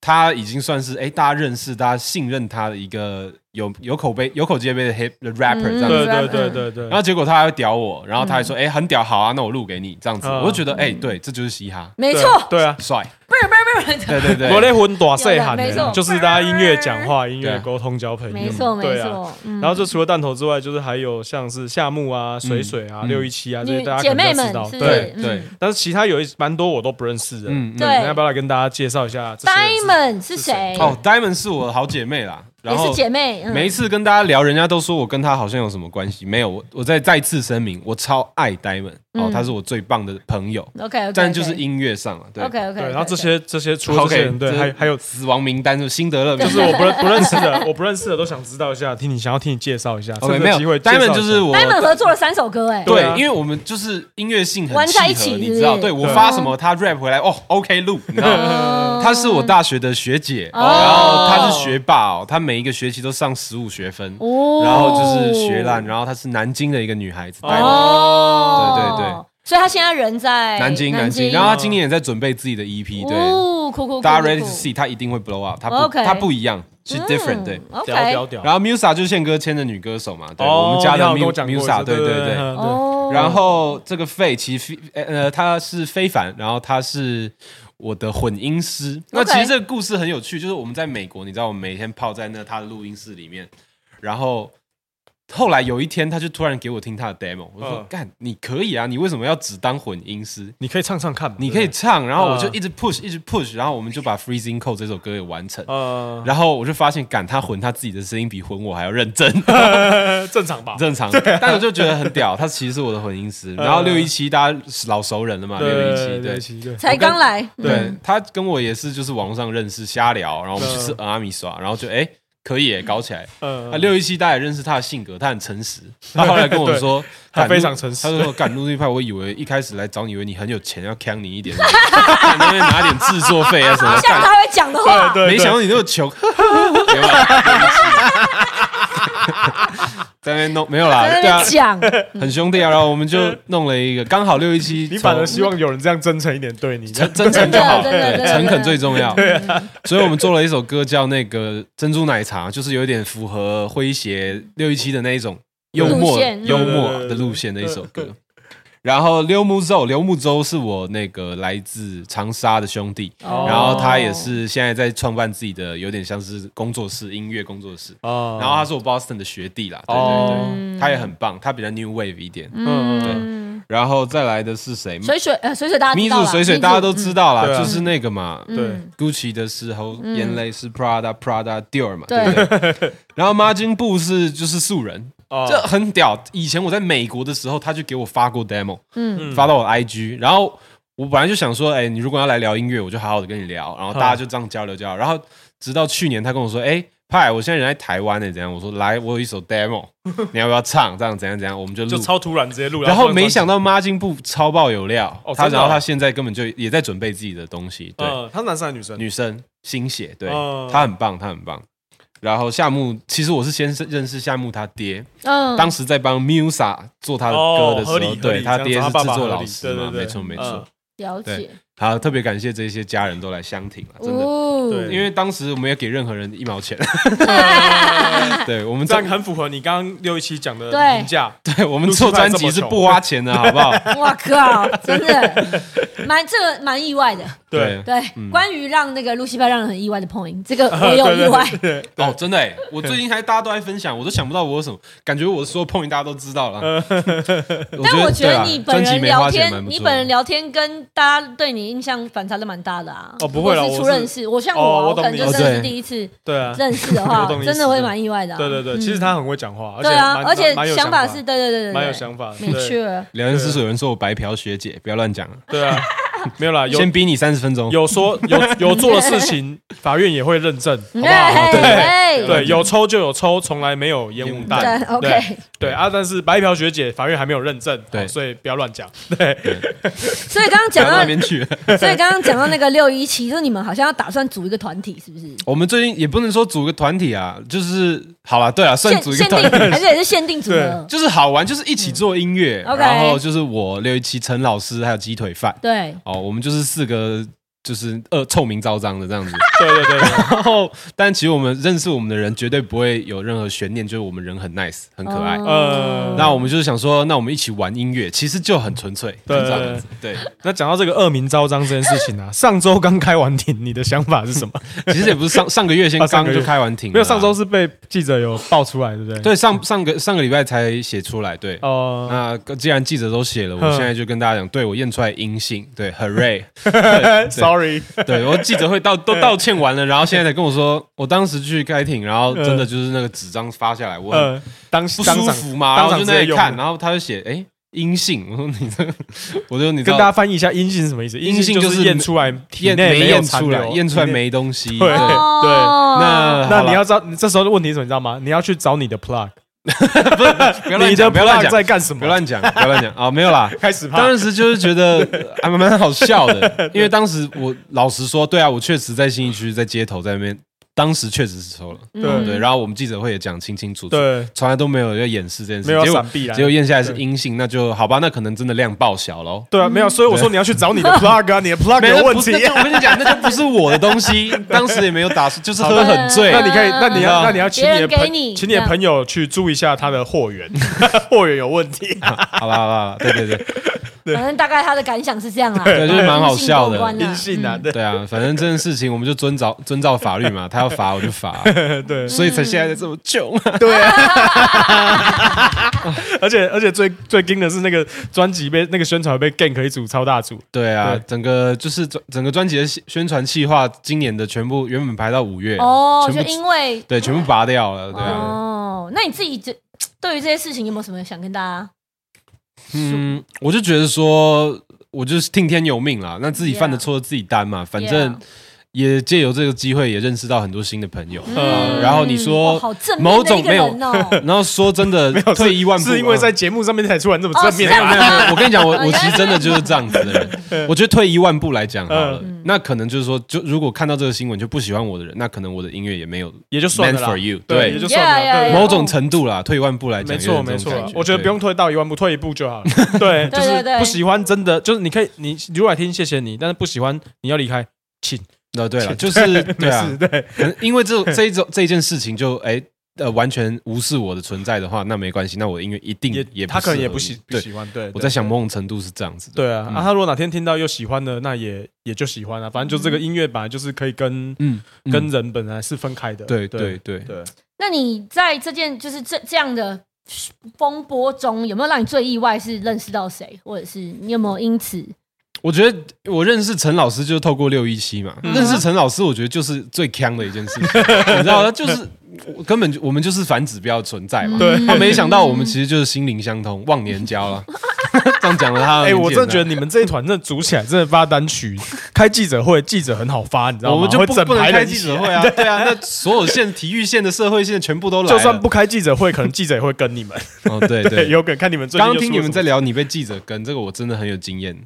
S3: 他已经算是哎、诶大家认识、大家信任他的一个有有口碑、有口皆碑的 hip 的 rapper 这
S1: 嗯
S3: 样
S1: 对
S3: 子。
S1: 对对对对
S2: 嗯
S3: 然。后结果他还会屌我，然后他还说哎、诶很屌，好啊，那我录给你这样子。
S1: 嗯
S3: 我就觉得哎、诶对，这就是嘻哈，
S2: 没
S1: 对
S2: 错，
S1: 对啊，
S3: 帅，
S2: 不是不是不是，
S3: 对对 对。
S1: 我那混短岁
S2: 有
S1: 喊
S2: 的没
S1: 的，
S2: 错嗯
S1: 就是大家音乐讲话、音乐沟通、交朋友，
S2: 没错没
S1: 对啊。
S2: 错，嗯
S1: 然后就除了弹头之外，就是还有像是夏木啊、水水啊、
S3: 嗯
S1: 六一七啊这些
S2: 女
S1: 大家
S2: 姐
S1: 可能
S2: 妹
S1: 都
S2: 们
S1: 知道，
S2: 是不
S1: 对
S2: 是
S3: 对？
S2: 嗯
S3: 对
S1: 但是其他有一蛮多我都不认识的，
S3: 嗯嗯
S2: 对
S1: 你要不要来跟大家介绍一下这些人
S2: Diamond
S1: 是？
S2: 是谁？
S3: 哦，Diamond 是我的好姐妹啦，然
S2: 也
S3: 后
S2: 是姐妹，嗯
S3: 每一次跟大家聊，人家都说我跟他好像有什么关系，没有。我我再再次声明，我超爱 Diamond，、哦
S2: 嗯，
S3: 他是我就是我最棒的朋友，
S2: OK OK，
S3: 但就是音乐上啊，对
S2: OK OK，
S1: 对，然后这些这些除了这些人，对，
S3: 这
S1: 还 还有
S3: 死亡名单，就辛德勒名
S1: 就
S3: 单，
S1: 是我不认不认识的， 我不认识的都想知道一下，听你想要听你介绍一下，趁
S3: OK
S1: 这个
S3: 没有
S1: 机会介绍一下
S3: Diamond 就是我。
S2: Diamond 合作了三首歌，哎，
S1: 对
S3: 对
S1: 啊，
S3: 因为我们就是音乐性很
S2: 玩在
S3: 契
S2: 一起
S3: 合，
S2: 是不
S3: 你
S2: 是
S3: 知道？对我
S1: 对
S3: 发什么，他 rap 回来，哦，OK 录，你知道？
S2: 哦
S3: 她是我大学的学姐，
S2: 哦
S3: 然后她是学霸哦，她每一个学期都上十五学分，
S2: 哦
S3: 然后就是学烂，然后她是南京的一个女孩子，
S1: 哦
S3: Diamond
S2: 哦，
S3: 对对对，
S2: 所以他现在人在
S3: 南京，南
S2: 哎
S3: 京。
S2: 京，
S3: 然后他今年也在准备自己的 EP，对，
S2: 哦，酷酷，
S3: 大家 ready to see，他一定会 blow up，他不
S2: OK 嗯
S3: 他不一样，是 different，对。
S1: 嗯
S2: ，OK，
S1: 屌屌屌。
S3: 然后 Musa 就是宪哥签的女歌手嘛，对，
S1: 哦
S3: 我们家
S1: 你
S3: 的
S1: 好像
S3: Mu-
S1: 跟我讲过
S3: Musa，对
S1: 对
S3: 对
S1: 对
S3: 对。
S1: 嗯
S2: 哦，
S3: 然后这个费其实非呃，他是非凡，然后他是我的混音师。那
S2: OK
S3: 其实这个故事很有趣，就是我们在美国，你知道，我们每天泡在那他的录音室里面，然后后来有一天，他就突然给我听他的 demo，我就说
S1: 嗯：“
S3: 干，你可以啊，你为什么要只当混音师？
S1: 你可以唱唱看嘛，
S3: 你可以
S1: 对
S3: 唱，然后我就
S1: 嗯
S3: 一直 push，一直 push，然后我们就把 Freezing Cold 这首歌给完成。
S1: 呃，
S3: 然后我就发现，赶他混他自己的声音比混我还要认 真，
S1: 呃正常吧？
S3: 正常。但我就觉得很屌，他其实是我的混音师。然后六一七大家老熟人了嘛，六一七嗯
S1: 对
S3: 对。
S1: 对对，
S2: 才刚来，
S3: 对他跟我也是，就是网络上认识，瞎聊，然后我们去吃阿米耍，然后就哎可以耶搞起来。
S1: 呃
S3: 啊，六一七大家也认识他的性格，他很诚实。他后来跟 我说，
S1: 他
S3: 敢录
S1: 非常诚实
S3: 他 就说敢录这一派，我以为一开始来找你，以为你很有钱，要坑你一点，在那边拿点制作费啊什么。
S2: 像
S3: 干
S2: 他会讲的话，
S1: 对对，
S3: 啊没想到你那么穷， 没有啦 在那边弄没有啦，
S2: 在那
S3: 对啊
S2: 边，讲，
S3: 很兄弟啊。然后我们就弄了一个，刚好六一七，
S1: 你反而希望有人这样真诚一点对你，
S3: 诚 真诚就好，
S2: 真的真的
S3: 对，
S2: 真的
S3: 诚恳最重要。
S1: 啊
S3: 所以我们做了一首歌叫那个珍珠奶茶，就是有一点符合诙谐六一七的那一种幽
S2: 路
S3: 默
S2: 线
S3: 幽默
S1: 对对对
S3: 的路线的一首歌。然后刘木州，刘木州是我那个来自长沙的兄弟，
S1: 哦
S3: 然后他也是现在在创办自己的，有点像是工作室音乐工作室。
S1: 啊
S3: 然后他是我 Boston 的学弟啦，对对
S1: 哦
S3: 对，他也很棒，他比较 New Wave 一点。
S1: 嗯
S2: 嗯，
S3: 然后再来的是谁？
S2: 水水呃水水大家
S3: 米
S2: 知道
S3: 煮
S2: 啦
S3: 水水大家都知道啦，
S1: 对啊
S3: 就是那个嘛。
S2: 嗯
S1: 对
S2: 嗯
S3: Gucci 的时候，
S2: 嗯
S3: 眼泪是 Prada Prada Dior 嘛，
S2: 对
S3: 对不对？然后 Margin 布是就是素人，
S1: 哦
S3: 这很屌。以前我在美国的时候，他就给我发过 demo，
S2: 嗯，
S1: 嗯
S3: 发到我的 IG，然后我本来就想说，哎，你如果要来聊音乐，我就好好的跟你聊，然后大
S1: 嗯
S3: 家就这样交流交流。然后直到去年，他跟我说，哎，派，我现在人在台湾呢，怎样？我说来，我有一 首 demo，你要不要唱？这样怎样怎样？我们就
S1: 就
S3: 录。
S1: 超突然直接录，
S3: 然后没
S1: 放上
S3: 想到妈进步超爆有料
S1: 哦，
S3: 他
S1: 真的哦
S3: 然后他现在根本就也在准备自己的东西，对，
S1: 嗯，他是男生还是女生？
S3: 女生新血，对
S1: 嗯，
S3: 他很棒，他很棒。然后夏木，其实我是先认识夏木他爹，
S2: 嗯
S3: 当时在帮 Musa 做他的歌
S1: 哦
S3: 的时
S1: 合
S3: 候，
S1: 理合
S3: 对
S1: 理
S3: 他
S1: 这样
S3: 爹
S1: 子他
S3: 是
S1: 爸
S3: 制
S1: 爸
S3: 作
S1: 合
S3: 老
S1: 理
S3: 师
S1: 对对
S3: 嘛，
S1: 对
S3: 没错没
S1: 嗯
S3: 错。
S2: 了解
S3: 对好，特别感谢这些家人都来相挺啊，真的，
S2: 哦，啊
S1: 对
S3: 因为当时我没有给任何人一毛钱，对我们
S1: 哎这
S3: 做
S1: 样很符合你刚刚六一七讲的
S2: 对
S1: 评价，
S3: 对我们做专辑是不花钱的，好不好？
S2: 哇靠，真 的蛮这个蛮意外的。
S1: 对，
S2: 对，关于让那个露西派让人很意外的 point，这个我有意外。
S3: 哦，真的哎，我最近还大家都在分享，我都想不到我有什么感觉，我说碰一大家都知道 了。
S2: 但我
S3: 我
S2: 觉得
S3: 对啊
S2: 你本
S3: 专
S2: 人
S3: 辑没花
S2: 聊
S3: 钱
S2: 天，
S3: 蛮不错的
S2: 你本人聊天跟大家对你印象反差都蛮大的啊。
S1: 哦不会啦
S2: 如果是
S1: 我
S2: 初
S1: 是
S2: 认识，我像
S1: 哦
S2: 我啊，
S1: 我
S2: 我
S1: 懂
S2: 可能
S1: 你
S2: 就
S3: 意思
S2: 真的是
S3: 对
S2: 第一次
S1: 对啊，
S2: 认识的
S1: 我
S2: 话
S1: 懂你，意 思
S2: 真的会蛮意外的啊。
S1: 对对对，
S2: 嗯
S1: 其实他很会讲话，
S2: 对啊，而
S1: 而
S2: 且
S1: 且蛮蛮有
S2: 想法是，对对对对，
S1: 蛮有想法的，
S2: 没
S1: 对
S2: 错。
S3: 聊天室有人说我白嫖学姐，不要乱讲啊，
S1: 对啊，没有啦，有
S3: 先逼你三十分钟。
S1: 有说有有做的 事情，法院也会认证，好不好？哦
S2: 哎
S1: 对
S2: 哎
S1: 对，有抽就有抽，从来没有烟雾弹
S2: 对。，OK。
S1: 对啊，但是白嫖学姐法院还没有认证，
S3: 对
S1: 好所以不要乱讲。
S2: 所以刚刚
S3: 不
S2: 讲
S3: 要到那
S2: 到，
S3: 边去。
S2: 所以刚刚讲到那个六一七，就是你们好像要打算组一个团体，是不是？
S3: 我们最近也不能说组个团体啊，就是好了，对啊，算
S2: 限
S3: 组一个
S2: 限
S3: 团
S2: 定
S3: 体，
S2: 还是也是限定组合？
S3: 就是好玩，就是一起做音乐，
S2: 嗯，OK
S3: 然后就是我六一七陈老师还有鸡腿饭
S2: 对，
S3: 哦，我们就是四个就是呃臭名昭彰的这样子。
S1: 对对对对，
S3: 然后，但其实我们认识我们的人绝对不会有任何悬念，就是我们人很 nice，很可爱。
S1: 呃
S2: 哦
S3: 那我们就是想说，那我们一起玩音乐，其实就很纯粹，就
S1: 对
S3: 这样子。对，
S1: 那讲到这个恶名昭彰这件事情啊，上周刚开完庭，你的想法是什么？
S3: 其实也不是上上个月先
S1: 啊上
S3: 刚
S1: 个月
S3: 就开完庭了啦，
S1: 没有，上周是被记者有爆出来，对不对？，
S3: 嗯对上上个上个礼拜才写出来，对。
S1: 哦、
S3: 那既然记者都写了，我
S1: 嗯
S3: 现在就跟大家讲，对我验出来阴性，对，hooray！
S1: s o r r y
S3: 对我记者会道都道歉完了，然后现在才跟我说，我当时去开庭，然后真
S1: 嗯
S3: 的就是那个纸张发下来，我很
S1: 呃，当
S3: 不
S1: 当
S3: 舒
S1: 场
S3: 服嘛，然
S1: 当
S3: 后
S1: 场
S3: 就
S1: 直
S3: 在
S1: 接
S3: 那里
S1: 用
S3: 看，然后他就写哎阴性， 我说你这，我就你知
S1: 跟
S3: 道
S1: 大家翻译一下，阴性是什么意思？
S3: 阴性
S1: 就
S3: 就是
S1: 验出来，体
S3: 验
S1: 内
S3: 没
S1: 有
S3: 验
S1: 残
S3: 出来，
S1: 留
S3: 验出来
S1: 体内
S3: 没东西，
S1: 对对
S2: 哦
S3: 那
S1: 那你要
S3: 好
S1: 知道，这时候的问题是什么，你知道吗？你要去找你的 plug，
S3: 了不要乱
S1: 你的
S3: 讲，不要乱
S1: plug
S3: 讲，
S1: 在干什
S3: 不
S1: 么
S3: 要？乱讲，不要乱讲啊，没 有啦。
S1: 开始怕
S3: 当时就是觉得呃还蛮蛮好笑 的，因为当时我老实说，对啊，我确实在信义区，在街头，在那边，当时确实是抽了，
S1: 对
S3: 对。然后我们记者会也讲清清楚楚，
S1: 对，
S3: 从来都没有要掩饰这件
S1: 没
S3: 事，
S1: 有
S3: 结
S1: 要
S3: 果
S1: 闪避啦
S3: 结。果验下来是阴性，那就好吧，那可能真的量爆小喽。
S1: 对
S2: 嗯
S1: 啊，没有，所以我说你要去找你的 plug 啊，你 的 plug
S3: 没
S1: 有
S3: 那
S1: 问
S3: 不是
S1: 题啊。
S3: 那 就我跟你讲，那就不是我的东西，当时也没有打算，就是喝很醉。
S1: 那你可以，那你要，
S3: 嗯
S1: 那你要请你的
S2: 别人给
S1: 朋，
S2: 你
S1: 请你的朋友去注意一下他的货源， 货源有问题。 啊
S3: 好啦好啦，好啦对对对
S2: 反正大概他的感想是这样啦，
S3: 对就是蛮好笑的
S2: 阴
S1: 阴
S2: 性
S1: 性
S2: 公关
S1: 啊，
S2: 啊
S1: 对
S3: 对啊，反正这件事情我们就遵照遵照法律嘛，他要罚我就罚，
S1: 对
S3: 所以才现在这么 囧。
S1: 对啊。而且而且最最惊的是那个专辑被那个宣传被 gank 一组超大 组，
S3: 对啊
S1: 对，
S3: 整个就是整整个专辑的宣传企划，今年的全部原本排到五月，
S2: 哦，就
S3: 全部
S2: 因为
S3: 对全部拔掉了，对啊。
S2: 哦，那你自己这对于这些事情有没有什么想跟大家？
S3: 嗯，我就觉得说，我就是听天由命啦，那自己犯的错自己担嘛，反正也借由这个机会也认识到很多新的朋友。啊
S1: 嗯
S3: 呃然后你
S2: 哦
S3: 说
S2: 好正面
S3: 某
S2: 的一
S3: 种
S2: 个
S3: 没有
S2: 人 哦，
S3: 然后说真的
S1: 没有，是
S3: 退一万步，
S1: 是因为
S3: 嗯
S1: 在节目上面才突然这么
S2: 哦
S1: 正
S2: 是
S1: 面
S2: 这样
S1: 吧
S3: 没有没有，
S2: 啊
S3: 我跟你讲，我
S2: 哦
S3: 我其实真的就是这样子的
S1: 嗯
S3: 人。我觉得退一万步来讲好了，那可能就是说，就如果看到这个新闻就不喜欢我的人，那可能我的音乐也没有
S1: 也就算了
S3: meant
S1: 啦
S3: for you，
S1: 对，
S3: 对
S1: 也就算了
S2: Yeah, yeah,
S1: 对。
S2: yeah.
S3: 某种程度啦。退一万步来讲，
S1: 没错
S3: 有
S1: 没
S3: 点这
S1: 错啊
S3: 种感，
S1: 我觉得不用退到一万步，退一步就 好了。对，
S2: 对
S1: 就
S2: 对
S1: 是
S2: 对
S1: 不喜欢真的，就是你可以，你如果来听，谢谢你，但是不喜 欢你要离开，
S3: 对。呃，对了，
S1: 请
S3: 就是对啊
S1: 没事，对
S3: 可能因为这种这一种这一件事情就哎。呃，完全无视我的存在的话，那没关系，那我的音乐一定
S1: 也
S3: 也不
S1: 他可能
S3: 适合
S1: 也不
S3: 你
S1: 喜不
S3: 对，
S1: 喜欢。对，
S3: 我
S1: 对
S3: 在想，某种程度是这样子的。
S1: 对啊，
S3: 嗯
S1: 啊，他如果哪天听到又喜欢的，那也也就喜欢了。反正就这个音乐本来就是可以跟
S3: 嗯，嗯
S1: 跟人本来是分开的。
S3: 对对对，
S1: 对，
S2: 那你在这件就是这这样的风波中，有没有让你最意外是认识到谁，或者是你有没有因此
S3: 我觉得我认识陈老师就是透过六一七嘛，
S1: 嗯
S3: 认识陈老师，我觉得就是最强的一件 事情，你知道吗？就是我根本就我们就是反指标的存在嘛。
S1: 对
S3: 他没想到我们其实就是心灵相通，忘年交 了。这样讲了他，
S1: 哎、我真的觉得
S3: 得。
S1: 你们这一团真的组起来，真的发单曲，开记者会，记者很好发，你知道吗？
S3: 我们就
S1: 会
S3: 不
S1: 整
S3: 不能
S1: 排
S3: 开
S1: 人
S3: 记
S1: 起
S3: 者
S1: 来
S3: 会啊，对啊，那所有县、体育县的、社会县全部都来了。
S1: 就算不开记者会，可能记者也会跟你们。
S3: 哦，对
S1: 对，
S3: 对，
S1: 有可能看你们最近
S3: 刚刚
S1: 又
S3: 听
S1: 出
S3: 你
S1: 了
S3: 们
S1: 什
S3: 在
S1: 么
S3: 聊你被记者跟这个，我真的很有经验。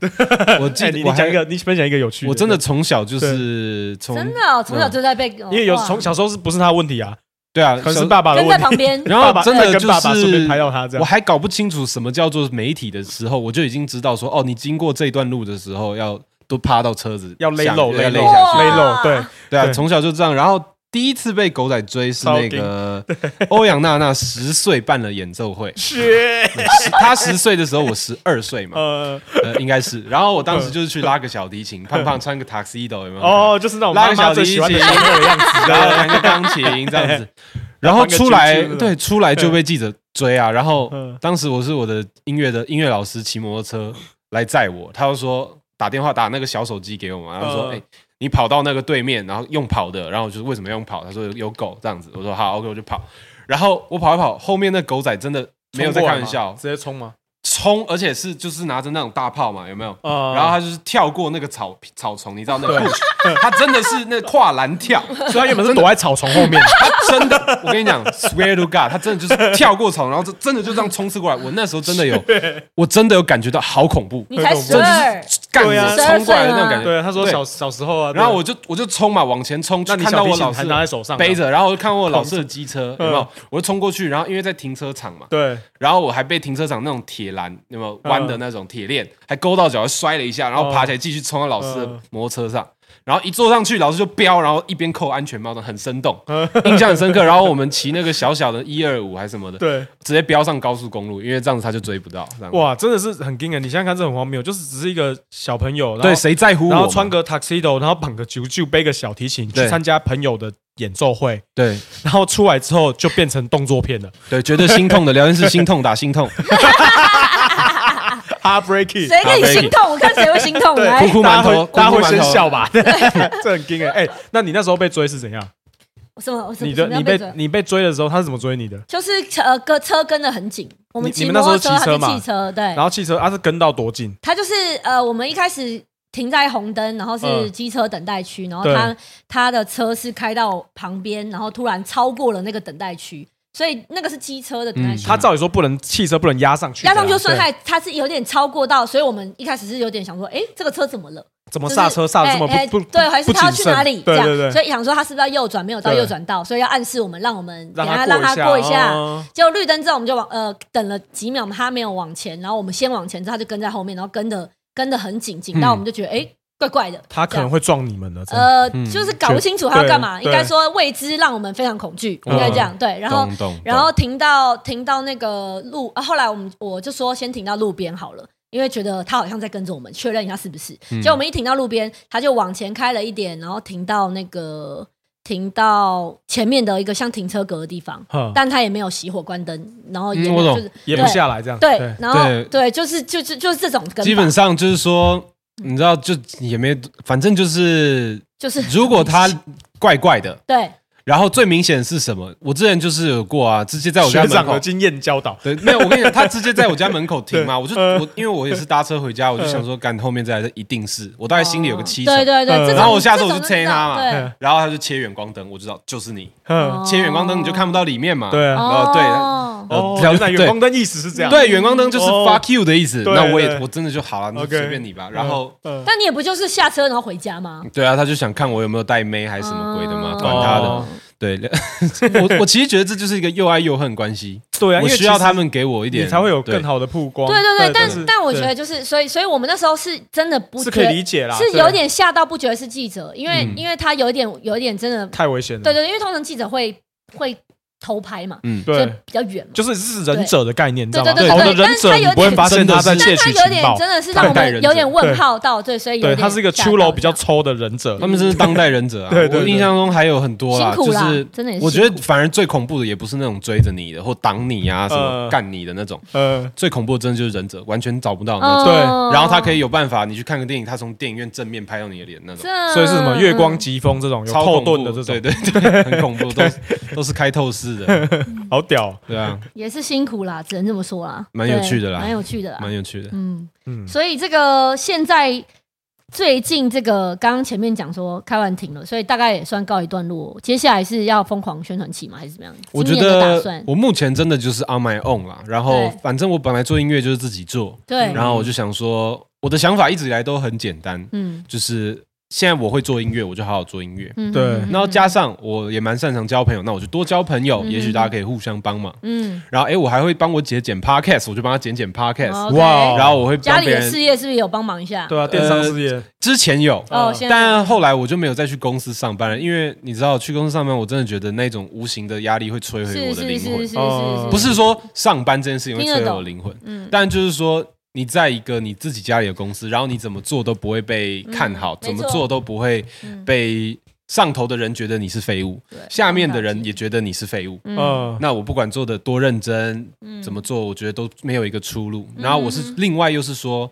S3: 我记
S1: 哎，
S3: 得
S1: 你
S3: 我
S1: 你
S3: 还
S1: 讲一个，你分享一个有趣的，
S3: 我真的从小就是从
S2: 真的哦从小就在被
S1: 因为有从
S2: 小
S1: 小时候是不是他的问题啊？
S3: 对啊，
S1: 可能
S3: 小
S1: 是爸爸的
S2: 跟
S1: 问
S2: 在
S1: 题。
S2: 旁边，
S3: 然
S1: 爸
S3: 后
S1: 爸
S3: 真的
S1: 跟
S3: 就
S1: 爸爸顺便
S3: 是
S1: 拍到他这样
S3: 我还搞不清楚什么叫做媒体的时候，我就已经知道说，哦，你经过这段路的时候要都趴到车子，
S1: 要勒
S3: 下
S1: 肉，
S3: 要
S1: 勒
S3: 勒
S1: 肉，
S3: 下去。
S1: 勒肉， 对，
S3: 对啊，
S1: 对，
S3: 从小就这样。然后第一次被狗仔追是那个欧阳娜娜十岁办了演奏会
S1: 是，
S3: 十她十岁的时候我十二岁 嘛，
S1: 呃，
S3: 呃，应该是。然后我当时就是去拉个小 提琴，胖胖穿个 tuxedo 有没有？
S1: 哦，就是那种
S3: 拉
S1: 妈
S3: 个
S1: 妈
S3: 小
S1: 最
S3: 提
S1: 喜
S3: 琴，
S1: 欢的小朋友的样子，
S3: 然后弹个钢琴这样子， 然后出来
S1: 弹个啾啾
S3: 对出来就被记者追啊，然后
S1: 嗯
S3: 当时我是我的音乐的音乐老师骑摩托车来载我，他就说打电话打那个小手机给我嘛，然后说
S1: 嗯
S3: 哎。你跑到那个对面，然后用跑的，然后我就为什么要用跑？他说有狗这样子，我说好，OK，我就跑。然后我跑一跑，后面那狗仔真的没有在
S1: 冲过来
S3: 开玩
S1: 吗
S3: 笑，
S1: 直接冲吗？
S3: 冲，而且是就是拿着那种大炮嘛，有没有？
S1: 啊
S3: 然后他就是跳过那个草草丛，你知道那个 bush，他真的是那跨栏 跳，
S1: 所以他原本是躲在草丛 后面，
S3: 他真的，我跟你讲，swear to God，他真的就是跳过草，然后就真的就这样冲刺过来。我那时候真 的有，我真的有感觉到好恐怖，
S2: 你才十二，
S3: 干
S1: 对啊
S3: 我冲过来的那种感觉。
S1: 对，他说
S3: 对
S1: 小小时候啊，
S3: 然后我
S1: 对
S3: 就我就冲嘛，往前冲，
S1: 那
S3: 就
S1: 你
S3: 看到
S1: 小提
S3: 我
S1: 琴
S3: 老
S1: 还
S3: 师
S1: 拿在手上啊
S3: 背着，然后我就看我老师的机车，有没有
S1: 嗯？
S3: 我就冲过去，然后因为在停车场嘛，
S1: 对，
S3: 然后我还被停车场那种铁栏有没有弯的那种铁链，还勾到脚，还摔了一下，然后爬起来继续冲到老师
S2: 嗯
S3: 的摩托车上。然后一坐上去，老师就飙，然后一边扣安全帽的，很生动，
S2: 嗯
S3: 印象很深刻。然后我们骑那个小小的一二五还 是什么的，
S1: 对，
S3: 直接飙上高速公路，因为这样子他就追不到。这样
S1: 哇，真的是很惊人。你想想看，这很荒谬，就是只是一个小朋友，然后
S3: 对，谁在乎我嘛？
S1: 然后穿个 tuxedo，然后绑个啾啾，背个小提琴去
S3: 对
S1: 参加朋友的演奏会，
S3: 对
S1: 然后出来之后就变成动作片了
S3: 对，觉得心痛的聊天室心痛打心痛，
S1: ，heartbreaking。
S2: 谁跟你心痛？我看谁会心痛来
S3: 哭。哭
S1: 大家
S3: 馒
S1: 会
S3: 头，
S1: 大家
S3: 哭
S1: 会
S3: 哭馒
S1: 先
S3: 头
S1: 笑吧？ 这很惊人。哎，那你那时候被追是怎样？
S2: 什么？我什么
S1: 你的
S2: 什么
S1: 你
S2: 要
S1: 被
S2: 追
S1: 你被追的时候，他是怎么追你的？
S2: 就是车呃跟车跟的很紧，我们
S1: 你
S2: 骑
S1: 你们
S2: 摩
S1: 那时
S2: 托
S1: 候
S2: 车还
S1: 骑车
S2: 是
S1: 嘛
S2: 汽车，对，
S1: 然后汽车，啊他是跟到多近？
S2: 他就是呃，我们一开始停在红灯，然后是
S1: 嗯
S2: 机车等待区，然后
S1: 对
S2: 他他的车是开到旁边，然后突然超过了那个等待区，所以那个是机车的等待
S3: 嗯
S2: 区。
S1: 他照理说不能汽车不能压上去的啊，
S2: 压上去就算
S1: 对
S2: 害，他是有点超过到，所以我们一开始是有点想说，哎，这个车怎么了？
S1: 怎么
S2: 就是
S1: 刹车刹的这么
S2: 哎哎
S1: 不不
S2: 对，还是
S1: 不
S2: 他要
S1: 谨
S2: 去
S1: 慎
S2: 哪里？
S1: 对
S2: 这样
S1: 对对，
S2: 所以想说他是不是要右转，没有到
S1: 对
S2: 右转道，所以要暗示我们，让我们
S1: 让
S2: 等下
S1: 他
S2: 让他过一下。
S1: 哦
S2: 结果绿灯之后，我们就往呃等了几秒，他没有往前，然后我们先往前，之后他就跟在后面，然后跟的跟的很紧紧，
S3: 嗯
S2: 到我们就觉得哎、诶怪怪的，
S1: 他可能
S2: 会
S1: 会撞你们的。真的
S2: 呃、
S3: 嗯
S2: 就是搞不清楚他要干嘛，
S1: 对
S2: 应该说未知让我们非常恐惧，
S3: 嗯
S2: 应该这样 对，然后。
S3: 咚咚
S2: 然后停到停到那个路，啊、后来我们我就说先停到路边好了，因为觉得他好像在跟着我们，确认一下是不是。结果我们一停到路边，他就往前开了一点，然后停到那个停到前面的一个像停车格的地方，
S1: 哼
S2: 但他也没有熄火关灯，然后也、
S3: 哦嗯我懂
S2: 就是
S1: 也不下来这样。
S2: 对，然后
S3: 对
S2: 对，就是就就就是这种跟吧，
S3: 基本上就是说，你知道，就也没，反正就是，
S2: 就是
S3: 如果他怪怪的，
S2: 对
S3: 然后最明显是什么？我之前就是有过啊，直接在我家
S1: 学
S3: 门
S1: 长
S3: 口
S1: 的。经验教导，
S3: 对，没有，我跟你讲，他直接在我家门口停 嘛，
S1: 对嗯
S3: 我就
S1: 呃
S3: 我因为我也是搭车回家，我就想说，干后面这台车一定是，我大概心里有个七成，
S2: 哦对对对，
S1: 嗯
S2: 这种
S1: 然
S3: 后我下次我就
S2: 这种知道
S3: 催他嘛
S2: 对，
S3: 然后他就切远光灯，我知道就是你，
S1: 嗯，
S3: 切远光灯你就看不到里面嘛，
S1: 对
S3: 然
S1: 啊
S3: 后对，
S2: 哦
S1: 哦，
S3: 然后
S1: 原来远
S3: 对
S1: 光灯意思是这样。
S3: 对，远光灯就是
S1: 哦
S3: fuck you 的意思，
S1: 对
S3: 那我也
S1: 对
S3: 我真的就好了，那就
S1: OK
S3: 随便你吧，然后
S1: 嗯，
S2: 但你也不就是下车然后回家吗？
S3: 对啊，他就想看我有没有带妹还是什么鬼的嘛，管他的
S1: 哦，
S3: 对， 我我其实觉得这就是一个又爱又恨关系，
S1: 对啊，因
S3: 我
S1: 为
S3: 需要
S1: 其实
S3: 他们给我一
S1: 你
S3: 点，
S1: 才会有
S3: 对
S1: 更好的曝光。
S2: 对对对，
S1: 是
S2: 但但我觉得
S1: 对
S2: 就是，所以所以我们那时候是真的不
S1: 是
S2: 觉
S1: 可以理解啦，
S2: 是
S1: 对
S2: 有点吓到，不觉得是记者，因为
S3: 嗯
S2: 因为他有一点有一点真的，
S1: 太危险了。
S2: 对对，对因为通常记者会会偷拍嘛，
S3: 嗯，
S2: 所以
S1: 对，
S2: 比较远嘛。
S1: 就是是忍者的概念，你知道吗？
S2: 对
S1: 好
S2: 对
S1: 的
S2: 对
S1: 忍者，
S2: 但是
S1: 你
S2: 它
S1: 不会
S2: 有点
S1: 发现他在
S3: 真
S2: 但
S1: 窃
S3: 的
S1: 取
S2: 他有
S1: 情
S2: 点
S1: 报。
S2: 真的是让我
S3: 当代
S2: 们
S3: 忍者
S2: 有点问号到，对，所以有
S1: 对，
S2: 点
S1: 他是一个
S2: 吓到
S1: 秋楼比较
S2: 这样
S1: 抽的忍者
S3: 他，们真是当代忍者 啊！
S1: 对对对
S3: 我印象中还有很多啦，
S2: 辛苦
S3: 就
S2: 啦
S3: 是
S2: 真的也是
S3: 我觉
S2: 辛
S3: 得反而最恐怖的也不是那种追着你的或挡你啊什么
S1: 呃
S3: 干你的那种，
S1: 呃，
S3: 最恐怖的真的就是忍者，完全找不到那种。
S2: 嗯
S3: 然后他可以有办法，你去看个电影，他从电影院正面拍到你的脸那种，
S2: 这
S1: 所以是什么月光疾风这种有
S3: 超
S1: 后
S3: 恐怖
S1: 盾的这种，
S3: 对对对，很恐怖，都是都是开透视 的，
S1: 好屌。
S3: 对啊，
S2: 也是辛苦啦，只能这么说啦，
S3: 蛮有趣的啦
S2: 对蛮有趣的啦，
S3: 蛮有趣的。
S2: 嗯
S1: 嗯
S2: 所以这个现在最近这个刚刚前面讲说开完庭了，所以大概也算告一段落。接下来是要疯狂宣传期吗？还是怎么样？
S3: 我觉
S2: 今年有打
S3: 得
S2: 算
S3: 我目前真的就是 on my own 啦，然后
S2: 对
S3: 反正我本来做音乐就是自己做，
S2: 对，
S3: 然后我就想说，我的想法一直以来都很简单，
S2: 嗯
S3: 就是现在我会做音乐，我就好好做音乐。
S2: 嗯
S1: 对
S2: 嗯
S3: 然后加上我也蛮擅长交朋友，那我就多交朋友，
S2: 嗯
S3: 也许大家可以互相帮忙。
S2: 嗯，
S3: 然后哎，我还会帮我姐剪 podcast，我就帮她剪剪 podcast。
S2: OK
S1: 哇
S3: 然后我会
S2: 哦家
S3: 帮
S2: 里
S3: 别
S2: 的
S3: 人
S2: 事，业是不是有帮忙一下？
S1: 对啊，电商事业，
S3: 之前有，
S2: 哦
S1: 嗯，
S2: 现在
S3: 啊但后来我就没有再去公司上班了，因为你知道去公司上班，我真的觉得那种无形的压力会摧毁
S2: 是
S3: 我的
S2: 是是
S3: 灵
S2: 是是
S3: 魂。
S2: 是
S1: 哦
S2: 是，
S3: 不是说上班这件事情会
S2: 听得
S3: 摧毁
S2: 懂
S3: 我灵魂，
S2: 嗯，
S3: 但就是说，你在一个你自己家里的公司，然后你怎么做都不会被看好，
S2: 嗯
S3: 怎么
S2: 没错
S3: 做都不会
S2: 嗯
S3: 被上头的人觉得你是废物，
S2: 对
S3: 下面的人也觉得你是废物。
S1: 嗯，
S3: 那我不管做的多认真，
S2: 嗯
S3: 怎么做，我觉得都没有一个出路。然后我是另外又是说，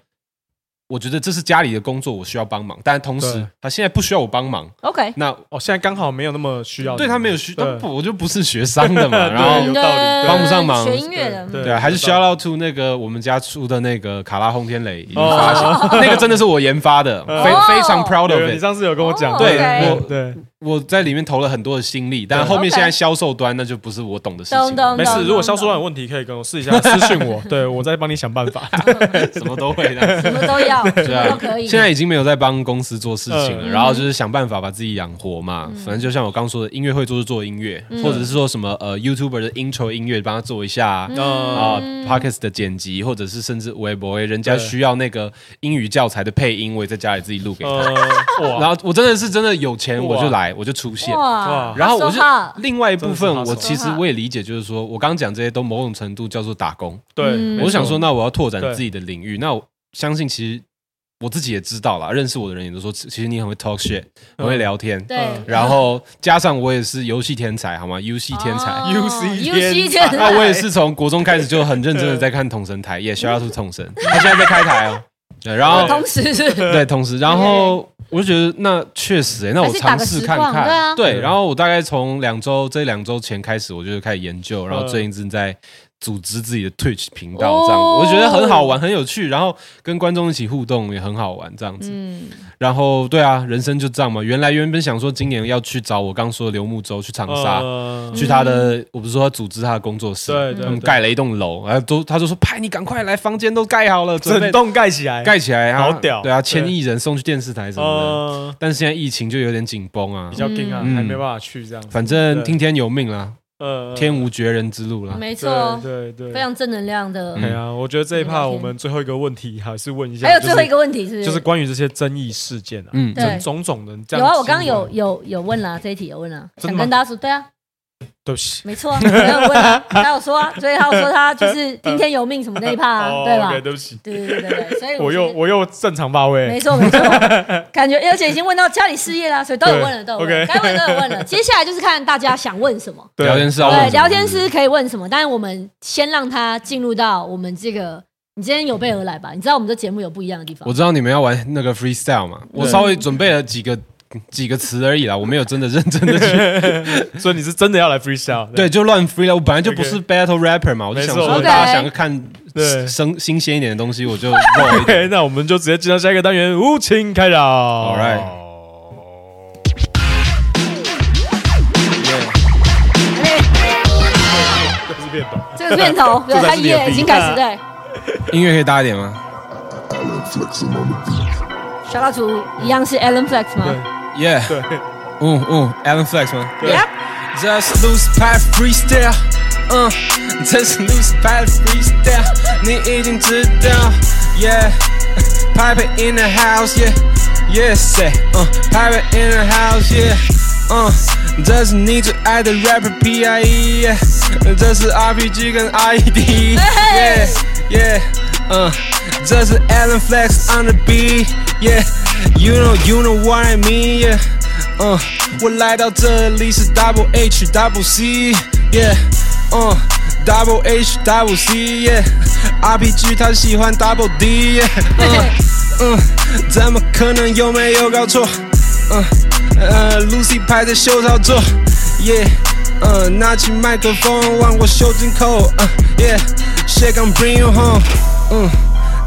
S3: 我觉得这是家里的工作，我需要帮忙，但同时
S1: 对
S3: 他现在不需要我帮忙，
S2: OK
S3: 那
S1: 哦，现在刚好没有那么需要你，
S3: 对他没有需，他
S1: 对
S3: 不我就不是学商 的嘛，
S1: 对
S3: 然后
S1: 有道理
S3: 帮不上忙
S2: 学音乐的，
S1: 对
S3: 对啊，还是
S1: 有道
S3: shout
S1: 理
S3: out to 那个我们家出的那个卡拉轰天雷，已经
S1: 哦
S3: 发行，那个真的是我研发的，
S1: 嗯
S3: 非非常 proud
S1: 有
S3: of
S1: 有你
S3: it。
S1: 上次有跟我讲，
S2: 哦
S3: 对
S2: OK
S3: 我
S1: 对，
S3: 我在里面投了很多的心力，但
S1: 对
S3: 后面
S2: OK
S3: 现在销售端那就不是我懂的事
S2: 懂
S3: 情
S2: 懂
S3: 了，
S1: 没
S2: 懂
S1: 事，如果
S2: 懂
S1: 销售端有问题，可以跟我试一下， 私信我，对我再帮你想办法。
S3: 什么都会 的。
S2: 什么都 要，什
S3: 对
S2: 么都
S3: 啊
S2: 可，以。
S3: 现在已经没有在帮公司做事情了，
S1: 嗯
S3: 然后就是想办法把自己养活嘛。反正就像我刚说的，音乐会做就做音乐，
S1: 嗯
S3: 或者是说什么呃 YouTuber 的 intro 音乐帮他做一下啊，
S1: 哦
S3: 啊、
S2: 嗯
S3: p o d c a s t 的剪辑，或者是甚至微博，人家
S1: 对
S3: 需要那个英语教材的配音，我也在家里自己录给 他。
S1: 呃，哇，
S3: 然后我真的是真的有钱
S1: 哇
S3: 我就来，我就出现。
S2: 哇，
S3: 然后我
S2: so
S3: 就
S2: hard
S3: 另外一部分
S1: 真的，是
S3: 我
S1: hustle
S3: 其实我也理解，就是说我刚刚讲这些都某种程度叫做打工。
S1: 对，
S2: 嗯
S1: 没
S3: 我想
S1: 错
S3: 说，那我要拓展
S1: 对
S3: 自己的领域。那我相信其实我自己也知道啦，认识我的人也都说，其其实你很会 talk shit，
S1: 嗯
S3: 很会聊天。
S2: 对，哦
S3: 然后加上我也是游戏天才，好吗？游戏天才。
S2: 哦
S1: UC
S2: UC
S1: 天
S2: 天
S1: 才
S3: 那我也是从国中开始就很认真的在看统神台，也 shout out to 统神，他现在在开台哦。对，然后
S2: 同时是
S3: 对，同时，然后我就觉得那确实、欸，那我
S2: 还是打
S3: 尝
S2: 个
S3: 试
S2: 实
S3: 看
S2: 况
S3: 看，
S2: 对啊
S1: 对
S3: 然后我大概从两周这两周前开始，我就开始研究，然后
S1: 嗯
S3: 最近正在组织自己的 Twitch 频道，这样、
S2: 哦
S3: 我觉得很好玩，很有趣，然后跟观众一起互动也很好玩，这样子。
S2: 嗯，
S3: 然后对啊，人生就这样嘛。原来原本想说今年要去找我刚说的刘牧洲去长沙。
S1: 呃嗯
S3: 去他的，我不是说他组织他的工作室，
S1: 对对
S3: 他们
S1: 对
S3: 盖了一栋楼，然后都他就说派你赶快来，房间都盖好了，准备
S1: 整栋盖起来，
S3: 盖起来啊，
S1: 哎好屌
S3: 对啊，
S1: 对
S3: 千亿人送去电视台什么的。
S1: 呃，
S3: 但是现在疫情就有点紧绷啊
S1: 比，较硬啊，
S3: 嗯
S1: 还没办法去这样子。
S3: 反正
S1: 对
S3: 听天由命啦，
S1: 呃，
S3: 天无绝人之路啦。
S2: 没错哦
S1: 对，对对，
S2: 非常正能量的。
S3: 嗯
S1: 对啊，我觉得这一
S2: 聊
S1: 趴
S2: 天
S1: 我们最后一个问题还是问一下，
S2: 还有
S1: 就是
S2: 最后一个问题是不是，
S1: 就是关于这些争议事件啊，
S3: 嗯，
S2: 对
S1: 种种的这样。
S2: 有啊，我刚刚有，有有问啦，这一题有问啦，
S1: 真的
S2: 想
S1: 吗
S2: 跟大家说，对啊，
S1: 对不起，
S2: 没错啊，没有问啊，他有说啊，所以他有说他就是听天由命什么那一趴啊，
S1: 哦
S2: 对吧
S1: OK，？对不起，
S2: 对对对对对，所以
S1: 我又
S2: 觉得
S1: 我又正常发
S2: 没
S1: 挥。
S2: 错没错，感觉而且已经问到家里事业啦，所以都有问了，都
S1: 对
S2: 有问了，
S1: OK
S2: 该问都有问 了。接下来就是看大家想问什么，
S1: 对啊
S3: 聊天室啊要问
S2: 对，
S3: 什么
S2: 聊天师可以问什么，但是我们先让他进入到我们这个，你今天有备而来吧？你知道我们这节目有不一样的地方
S3: 我，知道你们要玩那个 freestyle 嘛，我稍微准备了几个几个词而已啦，我没有真的认真 的去，
S1: 所以你是真的要来 freestyle？
S3: 对，就乱 free 了。我本来就不是
S1: OK
S3: battle rapper 嘛，我就想
S1: 没
S3: 说
S1: 错
S3: 大家想看
S1: 对
S3: 生新鲜一点的东西，我就露一 点。
S1: OK，那我们就直接进到下一个单元，无情开扰。
S3: All right
S1: 就是变懂。
S2: 这个片 头，对，
S1: 这才
S2: 他
S1: 是你的
S2: 也已经开始对。
S3: 音乐可以大一点吗
S2: 小老鼠一样是 Alan Flex 吗？
S3: ？Yeah，
S1: 对
S3: 嗯嗯，Alan Flex 吗？
S1: 对
S4: Just loose pipe freestyle，嗯、just loose pipe freestyle，你已经知道，yeah，pipe it in the Uh, house，yeah，yes，嗯、pipe it in the house，yeah，嗯、
S3: 这是你最爱的 rapper
S4: E,
S3: PIE，这是 RPG 跟 IED，耶耶，嗯，这是 uh, Alan Flex on the beat，yeah，you know you know what I Uh, mean，yeah，嗯，我来到这里是 Double H Double C，yeah，嗯。Double H Double C，yeah，RPG 他喜欢 Double Uh, D，yeah，嗯 嗯，怎么可能有没有搞错？嗯呃，Lucy 排在秀操做，yeah，嗯，拿起麦克风往我袖紧扣，嗯，yeah，shake I'm bring you home，嗯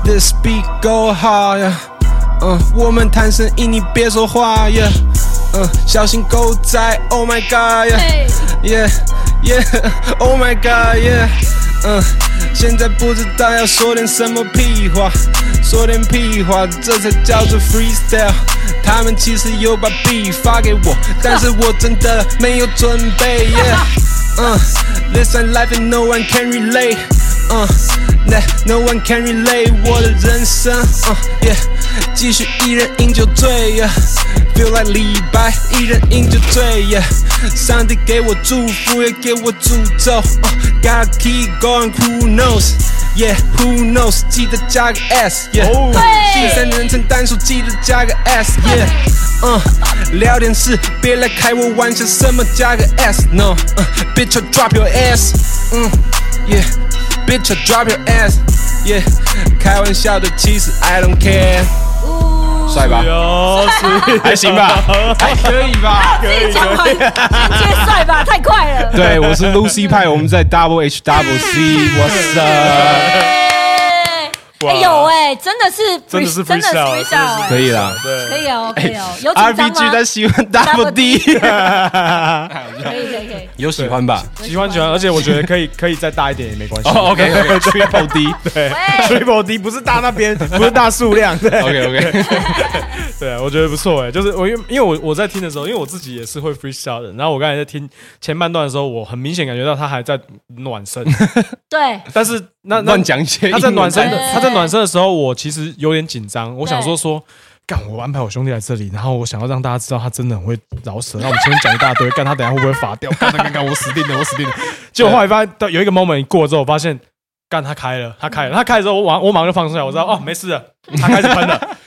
S3: ，this beat go hard，yeah，嗯，我们谈生意你别说话，yeah，嗯，小心狗仔，Oh my god，yeah，yeah yeah，Oh oh my god，yeah，嗯，现在不知道要说点什么屁话，说点屁话，这才叫做 freestyle。他们其实有把 B 发给我，但是我真的没有准备。Yeah，嗯，This one Uh, life and no one can relate。嗯，那 No one can relate 我的人生。嗯，Yeah，继续一人饮酒醉。Yeah。Feel like 李白，一人饮酒醉。Yeah，上帝给我祝福，也给我诅咒。嗯，Gotta keep going，Who knows？Yeah，Who knows？记得加个 S。Yeah，第三人称单数记得加个 S。Yeah，嗯，聊点事，别来开我玩笑，什么加个 S？No，嗯，Bitch I'll drop your ass。嗯，Yeah。Bitch, I drop your ass. Yeah，开玩笑的，其实 I don't care。帅吧？
S1: 有，哎是
S5: 还行吧？
S3: 还可以吧？
S2: 自己讲完，先接帅吧，太快了。
S1: 啊
S5: 对，我是 Lucy 派，我们在 Double H Double C，What's up？
S2: 哎
S1: 哇
S2: 哎有哎，真的是 free-
S1: 真的是
S2: 真的
S1: freestyle，啊
S2: freestyle，哎
S5: 可以 啦。
S2: 可
S1: 对，
S2: 以哦，可以哦，有
S1: 哎
S2: 紧张
S5: RPG 他
S2: 吗？
S5: 喜欢 Double D，
S2: 可以可以可以，
S5: 有喜欢吧
S1: 喜欢喜欢，而且我觉得可以可以再大一点也没关系。
S5: 哦？OK，Triple D，OK
S1: 对
S2: 喂
S1: ，Triple D 不是大那边，不是大数量，对
S5: OK，
S1: 对，我觉得不错哎，就是我因为因为我我在听的时候，因为我自己也是会 freestyle 的，然后我刚才在听前半段的时候，我很明显感觉到他还在暖身，
S2: 对，
S1: 但是 那那
S5: 乱讲一些英文。
S1: 他在暖身 的
S2: 对，
S1: 他在暖身的时候，我其实有点紧张，我想说说。干！我安排我兄弟来这里，然后我想要让大家知道他真的很会饶舌。那我们前面讲一大堆，干他等一下会不会罚掉？干干干干，我死定了，我死定了！结果后来发现，到有一个 moment 一过之后，我发现干他开了，他开了，他开了之后，我马我马上就放出来，我知道哦，没事了，他开始喷 了。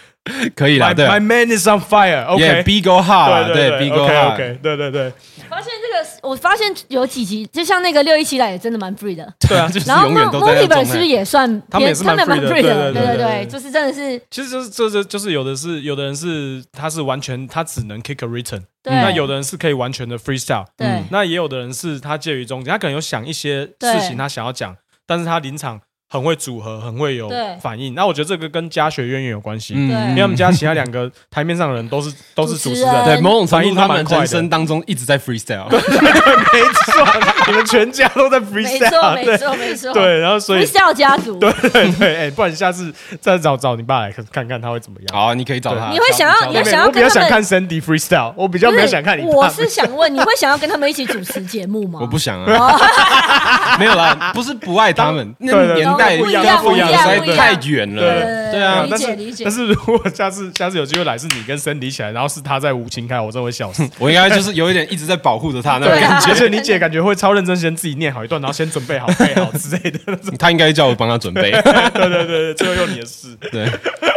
S5: 可以啦，
S1: my
S5: 对啊
S1: my man is on fire，OK，、
S5: ，Yeah，B Go Hard，
S1: 对
S5: 对，B 啊 Go
S1: OK
S5: Hard，
S1: OK，对对对，
S2: 发现这个，我发现有几集，就像那个六一七来也真的蛮 free 的。
S1: 对 啊，
S5: 就是
S2: 然后
S5: 永
S2: m o
S5: 远
S2: n
S5: 都
S2: m o
S5: 在
S2: n
S5: 那
S2: y
S5: 种
S2: 是不是也算
S1: 哎他们也
S2: 偏，
S1: 是
S2: 他
S1: 蛮
S2: 们蛮
S1: free 的
S2: free 的，
S1: 对对
S2: 对对
S1: 对对
S2: 对，就是真的是
S1: 其实就是这这就是有的是有的人是他是完全他只能 kick a return，
S2: 对
S1: 那有的人是可以完全的 freestyle，
S2: 对
S1: 那也有的人是他介于中间，他可能有想一些事
S2: 对
S1: 情他想要讲，但是他临场很会组合，很会有
S2: 对
S1: 反应。那我觉得这个跟家学渊源有关系，
S5: 嗯
S1: 因为他们家其他两个台面上的人都是都是
S2: 主
S1: 主
S2: 持
S1: 持
S2: 人
S1: 人，
S5: 对，某种程
S1: 反
S5: 度
S1: 应
S5: 他
S1: 都
S5: 们
S1: 蛮快
S5: 人
S1: 的
S5: 生当中一直 在 freestyle，
S1: 没错，你们全家都在
S2: 没错
S1: freestyle，
S2: 没
S1: 对
S2: 错没错，
S1: 对，然后所以
S2: freestyle 家族，
S1: 对对对，哎，不然下次再找找你爸来看看他会怎么样。
S5: 好啊，你可以找他。
S2: 你会想要
S5: 找
S2: 你会
S1: 对
S2: 想要
S1: 我比
S2: 跟他
S1: 较想
S2: 们
S1: 看 Sandy freestyle，我比较
S2: 不
S1: 没
S2: 是
S1: 有想看你爸。
S2: 我是想问，你会想要跟他们一起主持节目吗？
S5: 我不想啊，
S2: 哦
S5: 没有啦，不是不爱 他们，那
S1: 对对
S5: 年代
S2: 不一
S1: 样
S5: 跟我们
S1: 不一样
S5: 实在
S1: 不一样
S5: 太远
S1: 对
S5: 了。
S2: 对
S5: 对啊
S2: 理
S1: 但
S2: 解
S1: 是
S2: 呃理解
S1: 但。是如果下次下次有机会来，是你跟 Sandy 起来，然后是他在无情开，我真的会笑 死。
S5: 我应该就是有一点一直在保护着他那种
S2: 对啊
S5: 感
S1: 而且你姐感觉会超认真，先自己念好一段，然后先准备好背好之类的那种。
S5: 觉，他应该叫我帮他准 备。
S1: 对对对，对最后用你的事。
S5: 对，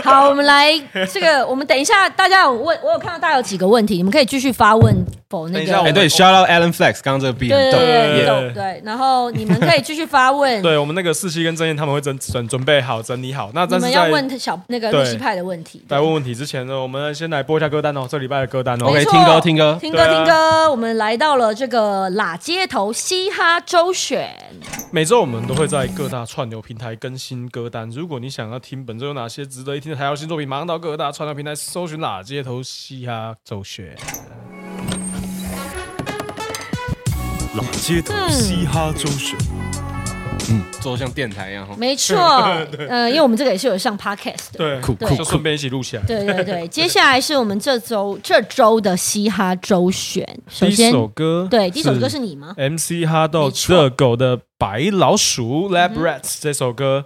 S2: 好，我们来这个，我们等一下，大家有问，我有看到大家有几个问题，你们可以继续发问否那
S1: 等一下
S2: 个
S1: 我
S5: 哎，。对，shout out Alan Flex，刚刚这个 B
S2: 哦对
S5: 很
S2: 对
S5: 逗。
S2: 对，
S1: 也
S2: 对对，然后你们可以继续发问，
S1: 对我们那个四期跟郑燕他们会整准准备好整理好，那
S2: 你
S1: 但是
S2: 们要
S1: 在
S2: 问小那个
S1: 对
S2: 露西派的问题。
S1: 来问问题之前呢，我们先来播一下歌单哦，这礼拜的歌单哦。
S2: 没
S5: OK，
S2: 错
S5: 听歌听歌，
S2: 听歌
S1: 对啊
S2: 听歌，我们来到了这个拉街头嘻哈周选，
S1: 每周我们都会在各大串流平台更新歌单。如果你想要听本周有哪些值得一听的台湾新作品，马上到各大串流平台搜寻“哪街头啊嘻哈周旋
S6: 老街头嘻
S1: 啊
S6: 哈周旋，
S5: 做得像电台一样哦。
S2: 没错， 呃，因为我们这个也是有上 podcast 的”，。
S1: 啊对，
S5: 酷酷
S1: 就顺便一起录起来。
S2: 对对对，接下来是我们这周这周的嘻哈周选，
S1: 第
S2: 首
S1: 一
S2: 先
S1: 首歌，
S2: 对第一首歌是你吗？
S1: MC 哈豆
S2: 没错
S1: 热狗的《白老鼠》（Lab Rats） 这首歌，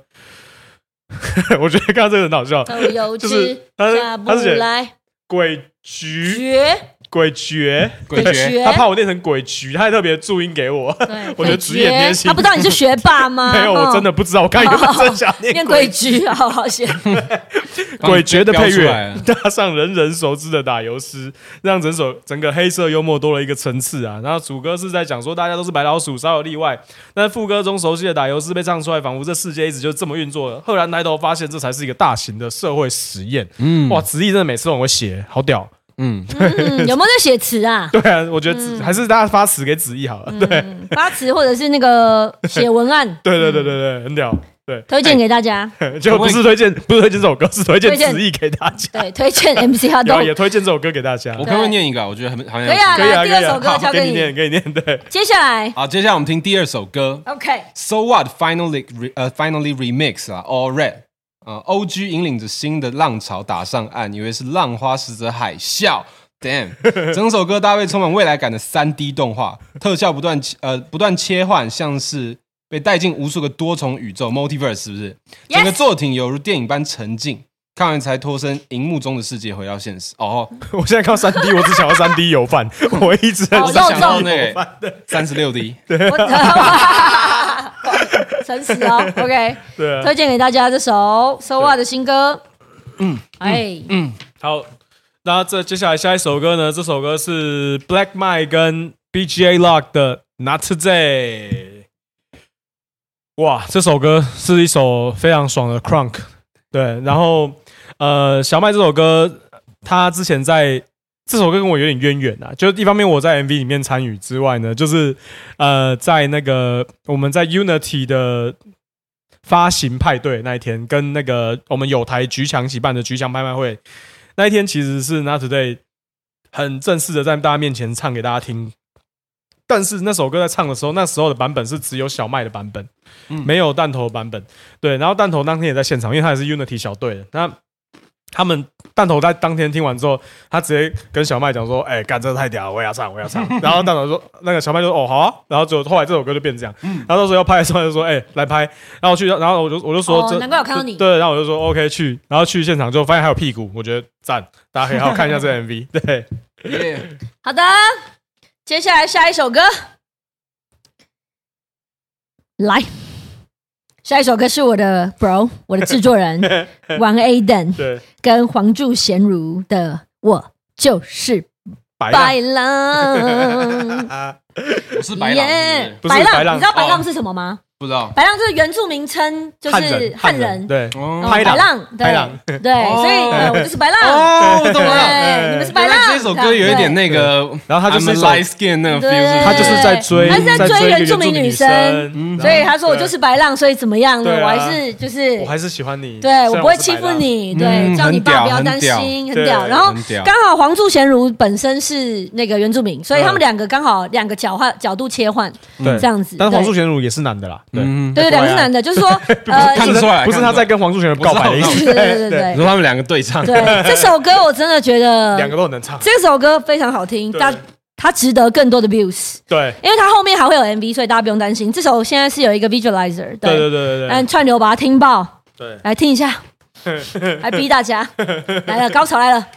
S1: 我觉得嗯刚刚这个很好笑，
S2: 都有
S1: 就
S2: 之
S1: 是他是
S2: 下不
S1: 他是写
S2: 来
S1: 鬼局
S2: 绝
S1: 鬼绝，
S3: 鬼
S2: 鬼
S3: 绝
S2: 绝
S1: 他怕我念成鬼局，他还特别注音给我。
S2: 对，
S1: 我觉得职业偏心
S2: 他不知道你是学霸吗？
S1: 没有，我
S2: 哦
S1: 真的不知道，我刚刚原本真想 念
S2: 念鬼局，好好 写。
S1: 鬼绝的配
S3: 刚刚被标出来
S1: 乐
S3: 了，
S1: 搭上人人熟知的打油诗，让整首整个黑色幽默多了一个层次啊。然后主歌是在讲说大家都是白老鼠，稍有例外。但副歌中熟悉的打油诗被唱出来，仿佛这世界一直就这么运作了。赫然抬头发现，这才是一个大型的社会实验。嗯，哇，子毅真的每次都很会写，好屌。
S3: 嗯，
S2: 嗯，有没有在写词啊？
S1: 对啊，我觉得子、还是大家发词给子毅好了。 对，，
S2: 嗯发词或者是那个写文案
S1: 对对对对对，很屌。对，
S2: 推荐给大家。
S1: 就不是推荐，不是推荐这首歌，是推荐子毅给大家，
S2: 对，推 荐 MC 哈
S1: 然
S2: 豆
S1: 后。也推荐这首歌给大家。
S3: 我可不可以念一个啊？我觉得很好像
S2: 可以啊
S1: 啊可以啊，
S2: 来第二
S1: 可以啊
S2: 首歌
S1: 好
S2: 交给
S1: 给
S2: 你
S1: 念，给你念，对。
S2: 接下来
S3: 好，接下来我们听第二首歌
S2: ，OK，
S3: ，So What Finally Re- 呃 Finally Remix 啊，All Red 啊，OG 引领着新的浪潮打上岸，以为是浪花，实则海啸。Damn，整首歌搭配充满未来感的三 D 动画，特效不断呃不断切换，像是被带进无数个多重宇宙 （multiverse），是不是？整个
S2: Yes，
S3: 作品犹如电影般沉浸，看完才脱身荧幕中的世界，回到现实。哦，
S1: 我现在看三 D，我只想要三 D 油饭，我一直很
S2: 哦
S3: 我只
S2: 肉
S3: 想到
S2: 粽
S3: 那个三十六 D，
S2: 我 哇诚实哦，OK，
S1: 对啊。
S2: 推荐给大家这首 So What 的新歌。嗯，哎，
S1: 好，那这接下来下一首歌呢？这首歌是 Black Mike 跟 BGA Lock 的 Not Today。哇，这首歌是一首非常爽的 crunk。对，然后呃，小麦这首歌，他之前在这首歌跟我有点渊源啊，就是一方面我在 MV 里面参与之外呢，就是呃，在那个我们在 Unity 的发行派对那一天，跟那个我们有台菊强一起办的菊强拍卖会那一天，其实是 Not Today 很正式的在大家面前唱给大家听。但是那首歌在唱的时候，那时候的版本是只有小麦的版本，没有弹头的版本。对，然后弹头当天也在现场，因为他也是 Unity 小队的。那他们弹头在当天听完之后，他直接跟小麦讲说：“哎、干这太屌了，我也要唱，我也要唱。”然后弹头说：“那个小麦就说哦好啊。”然后就后来这首歌就变这样。然后到时候要拍的时候他就说：“哎、来拍。”然后我去，然后我就我就说
S2: 哦：“
S1: 这
S2: 难怪我看到你
S1: 对，然后我就说 OK 去，然后去现场就发现还有屁股，我觉得赞，大家可以好好看一下这 MV。对，
S3: 耶
S2: 好的，接下来下一首歌，来，下一首歌是我的 bro，我的制作 人王 Aden
S1: 对，
S2: 跟黄柱贤如的《我就是
S1: 白浪
S2: 白浪》
S1: 啊，
S3: 我是白狼是不是
S1: 不是白浪
S2: 你知道白浪
S3: 哦
S2: 是什么吗？
S3: 不知道。
S2: 白浪就是原住民称，就
S1: 汉
S2: 是
S1: 人，
S2: 汉人，
S1: 对，
S2: 嗯
S3: 哦
S1: 拍
S2: 白
S1: 浪
S2: 浪，
S1: 拍浪
S2: 对对，所以
S3: 哦
S2: 呃我就是白浪，
S3: 哦，我懂了。
S2: 对，你们是白
S3: 原来
S2: 浪。
S3: 这首歌有一点那个，
S1: 然后他就是
S3: I'm a
S1: 一首
S3: light skin 那个
S2: 对
S3: feel，是
S1: 他就是在追，
S2: 他是在追
S1: 追一个
S2: 原住民
S1: 民
S2: 女
S1: 生
S2: 生，
S1: 嗯
S2: 所以他说我就是白浪，所以怎么样呢？
S1: 对啊
S2: 我还是就是
S1: 我，还是喜欢你，
S2: 对
S1: 虽
S2: 我
S1: 然
S2: 不会
S1: 是
S2: 欺
S1: 白啊
S2: 负
S1: 狼，
S2: 你，
S3: 嗯
S2: 对，叫你
S3: 很屌
S2: 爸不要担
S3: 很
S2: 心，
S1: 屌
S2: 很屌。
S1: 对
S2: 然后
S3: 很屌
S2: 刚好黄柱贤如本身是那个原住民，所以他们
S1: 嗯
S2: 两个刚好两个角换角度切换，
S1: 对
S2: 这样子。
S1: 但是黄
S2: 对
S1: 素贤如也是男的啦，对，
S3: 嗯
S2: 对对，两个是男的，就是说呃，
S3: 看得出来
S1: 啊 不是
S3: 看得出来
S1: 他在跟黄素贤如告白的意
S3: 我
S1: 思，
S2: 对对对对对
S3: 你说他们两个对唱，
S2: 对，这首歌我真的觉得
S1: 两个都很能唱，
S2: 嗯这首歌非常好听，
S1: 对
S2: 但它值得更多的 views，
S1: 对，
S2: 因为它后面还会有 MV，所以大家不用担心。这首现在是有一个 visualizer，
S1: 对对对对
S2: 嗯，
S1: 对
S2: 串流把它听爆，
S1: 对，
S2: 来听一下，来逼大家，来了，高潮来了。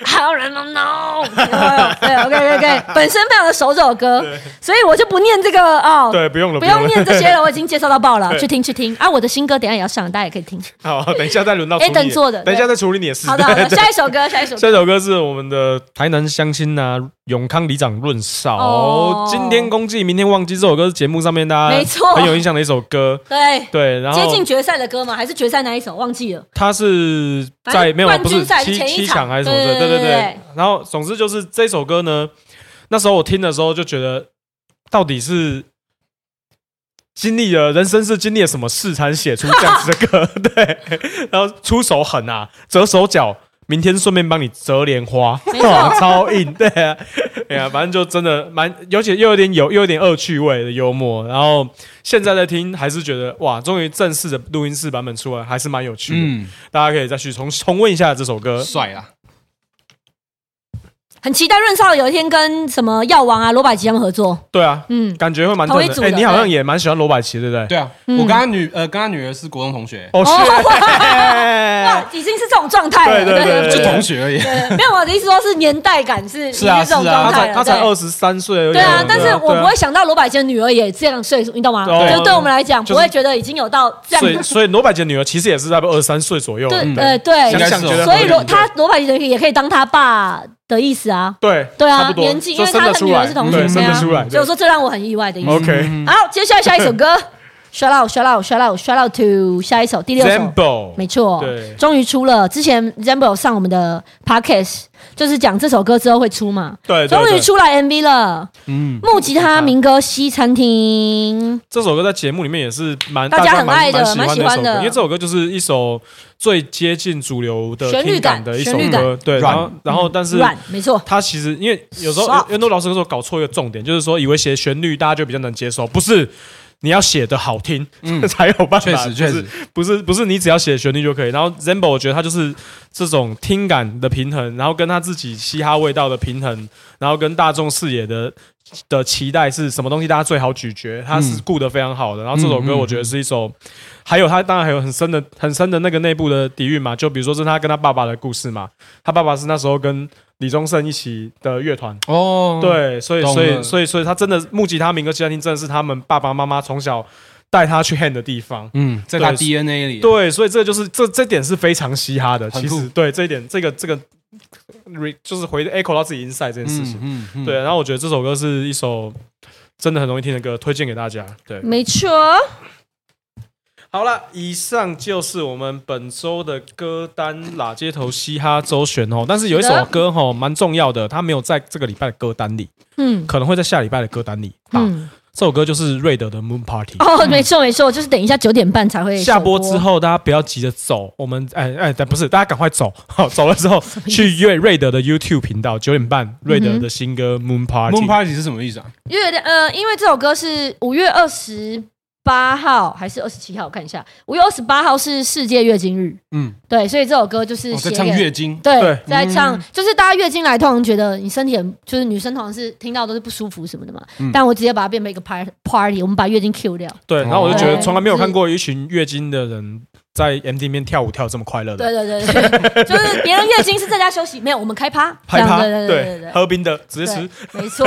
S2: How 哎 I don't know，对，OK OK，本身非常的熟这首歌，所以我就不念这个哦，
S1: 对，不用了，
S2: 不用念
S1: 了。
S2: 这些了，我已经介绍到爆了，去听去听啊！我的新歌等一下也要上，大家也可以听。
S1: 好，等一下再轮到处理
S2: Aiden 做哎的
S1: 等一下
S2: 对
S1: 再处理你的事。
S2: 好的好的，下一首歌， 下一首歌
S1: 这首歌是我们的台南乡亲呐、永康里长润少，
S2: 哦
S1: 今天公祭，明天忘记。这首歌是节目上面大家
S2: 没错
S1: 很有印象的一首歌。
S2: 对，
S1: 对，然后
S2: 接近决赛的歌吗？还是决赛哪一首？忘记了。
S1: 他是
S2: 反
S1: 在
S2: 正
S1: 没有啊
S2: 冠
S1: 不
S2: 军
S1: 是
S2: 赛
S1: 七
S2: 前一
S1: 七
S2: 场
S1: 强还是什么
S2: 对
S1: 的，
S2: 对对
S1: 对对对
S2: 对。
S1: 然后总之就是这首歌呢，那时候我听的时候就觉得，到底是经历了人生是经历了什么事才写出这样子的歌？ 对，然后出手狠啊，折手脚。明天顺便帮你折莲花，
S2: 没错
S1: 哇 超硬，对啊，哎呀、反正就真的蛮，而且又有点有，又有点恶趣味的幽默。然后现在在听，还是觉得哇，终于正式的录音室版本出来，还是蛮有趣的。
S3: 嗯，
S5: 啊
S1: 大家可以再去重重温一下这首歌。
S3: 帅啊！
S2: 很期待润少有一天跟什么药王啊、罗百吉他们合作。
S1: 对啊，
S2: 嗯
S1: 感觉会蛮
S2: 同
S1: 对
S2: 一组
S1: 的。
S2: 的
S1: 哎，你好像也蛮喜欢罗百吉，对不对？
S5: 对啊，
S2: 嗯
S5: 我跟他女呃跟他女儿是国中同学，
S1: 哦，
S2: 哇
S1: 哎 是，，
S2: 已经是这种状态了，
S1: 对对对对
S5: 就
S1: 对
S5: 同学而已。
S2: 对， 没有我的意思说是年代感是
S5: 是啊
S2: 已经这种
S5: 是啊
S1: 他
S2: 状态
S1: 才
S2: 了，
S1: 他才
S2: 对
S1: 二十三岁而已。
S2: 对啊
S1: 对，
S2: 但是我
S1: 对啊
S2: 不会想到罗百吉的女儿也这样岁数，你懂吗？
S1: 对啊
S2: 就是对我们来讲，
S1: 就是
S2: 不会觉得已经有到这样
S1: 所以，所以罗百吉的女儿其实也是在二十三岁左右。
S2: 对，
S5: 嗯
S2: 呃，对
S1: 想
S5: 应该，
S1: 想
S5: 是
S1: 觉得
S5: 哦
S1: 合
S2: 所
S1: 理
S2: 以罗他罗百吉的女儿也可以当他爸的意思啊。
S1: 对
S2: 对
S1: 差
S2: 啊
S1: 不，多
S2: 年纪，因
S1: 就
S2: 为
S1: 生
S2: 他
S1: 得
S2: 的
S1: 出
S2: 女儿
S1: 来，
S2: 是同
S1: 对
S2: 学，
S1: 生
S2: 对
S1: 得
S2: 啊
S1: 出来。
S2: 所以我说这让我很意外的意思。
S1: OK
S2: 好，接下来下一首歌，Shout out Shout out Shout out Shout out to 下一首第六首。
S1: Zambo，
S2: 没错
S1: 对，
S2: 终于出了。之前 Zambo 有上我们的 podcast，就是讲这首歌之后会出嘛，
S1: 对对
S2: 终于
S1: 对，
S2: 出来 MV 了。
S5: 嗯，
S2: 木吉他民歌西餐厅，
S1: 这首歌在节目里面也是蛮
S2: 大家很
S1: 蛮
S2: 爱的
S1: 蛮
S2: 蛮
S1: 喜
S2: 喜
S1: 欢
S2: 欢
S1: 一首
S2: 的
S1: 歌因为这首歌就是一首最接近主流的
S2: 旋律
S1: 听感
S2: 感
S1: 的一首
S2: 旋律
S1: 歌，对，然
S5: 软
S1: 后然后但是
S2: 软没错，
S1: 他其实因为有时候
S2: Soft
S1: 因为诺老师有时候搞错一个重点，就是说以为写旋律大家就比较能接受，不是。你要写的好听， 才有办法。
S5: 嗯确实确
S1: 就是
S5: 实，
S1: 不是不是你只要写旋律就可以。然后 Zambo 我觉得他就是这种听感的平衡，然后跟他自己嘻哈味道的平衡，然后跟大众视野的的期待是什么东西，大家最好咀嚼，他是顾得非常
S5: 嗯
S1: 好的。然后这首歌我觉得是一首，还有他当然还有很深的很深的那个内部的底蕴嘛，就比如说是他跟他爸爸的故事嘛，他爸爸是那时候跟李宗盛一起的乐团。
S5: 哦，
S1: 对，所以
S5: 懂
S1: 所以
S5: 了
S1: 所以所以他真的木吉他民歌西餐厅真的是他们爸爸妈妈从小带他去 hand 的地方。
S5: 嗯，在他
S1: 对
S5: DNA 里，
S1: 对，所以这就是这这点是非常嘻哈的。
S5: 很
S1: 其
S5: 酷
S1: 实对这一点，这个这个 re 就是回 echo 到自己 inside 这件事情。
S5: 嗯嗯
S1: 对，然后我觉得这首歌是一首真的很容易听的歌，推荐给大家。对，
S2: 没错。
S1: 好了，以上就是我们本周的歌单啦，街头嘻哈周旋哦。但是有一
S2: 是
S1: 首
S2: 的
S1: 歌吼蛮重要的，它没有在这个礼拜的歌单里，
S2: 嗯
S1: 可能会在下礼拜的歌单里。嗯，
S2: 嗯，
S1: 这首歌就是瑞德的 Moon Party。
S2: 哦，没错没错，就是等一下九点半才会
S1: 下
S2: 首
S1: 播之。后，大家不要急着走，我们哎哎，但不是，大家赶快走，好走了之 后去瑞瑞德的 YouTube 频道，九点半瑞
S2: 嗯
S1: 德的新歌 Moon Party。
S5: ，Moon Party 是什么意思啊？
S2: 月亮，呃，因为这首歌是五月二十八号还是二十七号？我看一下，五月二十八号是世界月经日，
S5: 嗯，
S2: 对，所以这首歌就是
S1: 哦
S5: 我
S2: 写
S5: 哦在
S2: 给、
S5: 唱月经，
S2: 对，
S1: 对嗯
S2: 在唱、就是大家月经来，通常觉得你身体很，就是女生通常是听到都是不舒服什么的嘛，
S1: 嗯
S2: 但我直接把它变成一个 party party，我们把月经 Q 掉，
S1: 对，然后我就觉得
S2: 哦
S1: 从来没有看过一群月经的人在 MT 里面跳舞跳得这么快乐
S2: 对
S1: 的，
S2: 对对对，就是别人月经是在家休息，没有我们开趴，
S1: 拍趴，
S2: 这样对对对
S1: 喝冰的
S2: 对
S1: 直接
S2: 对
S1: 吃，，
S2: 对没错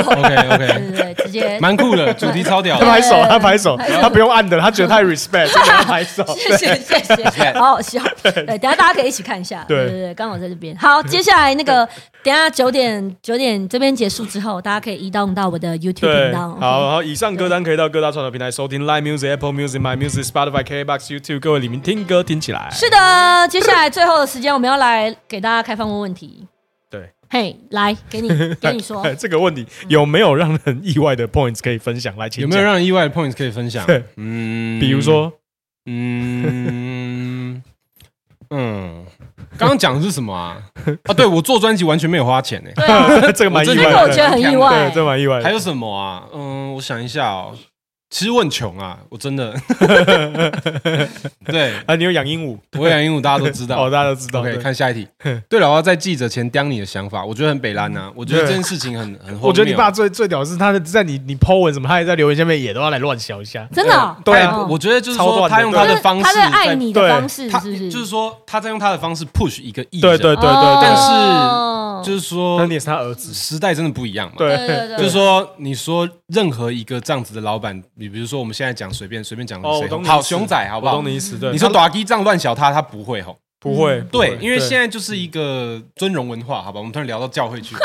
S5: OK，OK
S2: 对对对，直接
S5: 蛮酷的，主题超屌
S1: 他
S5: 的，
S1: 拍手，
S2: 对
S1: 他拍手，
S2: 拍手
S1: 他不用按的，他觉得太 respect，所以他拍手。
S2: 谢谢谢谢，好好笑。对，等一下大家可以一起看一下。
S1: 对
S2: 对对对，刚好在这边。好，接下来那个，等一下九点九点这边结束之后，大家可以移动到我的 YouTube 频
S1: 对，
S2: 道。
S1: 好，好，以上歌单可以到各大串流平台收听，Line Music、Apple Music、My Music、Spotify、KBox、YouTube，各位里面听歌听起来。
S2: 是的，接下来最后的时间，我们要来给大家开放问问题。
S1: 对，
S2: 嘿，来给你给你 说，
S1: 这个问题
S2: 嗯
S1: 有没有让人意外的 points 可以分享？来，请
S5: 有没有
S1: 讲
S5: 让人意外的 points 可以分享
S1: 对？
S5: 嗯
S1: 比如，说，
S5: 嗯嗯，刚刚讲的是什么 啊？啊，对我做专辑完全没有花钱欸呢。
S2: 对啊，
S1: 这个蛮意
S5: 这
S2: 这
S1: 外
S2: 个
S1: 的，
S2: 我觉得哎很意外
S1: 对，。这蛮意外的。
S5: 还有什么啊？嗯，我想一下哦。其实我很穷啊，我真 的。对，
S1: 啊，你有养鹦鹉，
S5: 我养鹦鹉，大家都知道
S1: 哦，。大家都知道。
S5: 啊 OK，
S1: 对
S5: 看下一题。对了，我要在记者前刁你的想法，我觉得很北兰呐、我觉得这件事情很很荒谬。
S1: 嗯我觉得你爸最最屌的是他在你你 po 文什么，他也在留言下面也都要来乱笑一下。
S2: 真的哦，
S1: 对啊
S5: 他也
S2: 哦
S5: 我觉得就是
S1: 超
S5: 说
S1: 乱的
S5: 他用
S1: 对
S5: 他
S2: 就
S5: 的
S2: 是
S5: 方式
S2: 他在
S5: 在，
S2: 爱你的
S1: 对
S2: 方式，
S5: 他
S2: 是不是？
S5: 就是说他在用他的方式 push 一啊个艺人。
S1: 对对对对
S2: 哦
S1: 对，
S5: 但是
S2: 哦
S5: 就是
S1: 那
S5: 说
S1: 你也是他儿子。
S5: 时代真的不一样嘛。
S2: 对
S1: 对
S2: 对对，
S5: 就是说，你说任何一个这样子的老板，你比如说我们现在讲随便随便讲
S1: 哦，我
S5: 谁
S1: 懂
S5: 红，
S1: 你意思。
S5: 好熊仔好不
S1: 我
S5: 好
S1: 懂？你意思。对，
S5: 你说
S1: 他
S5: 短鸡这样乱小他，他不会吼。
S1: 不会？不会
S5: 对，因为现在就是一个尊荣文化，好吧？我们突然聊到教会 去，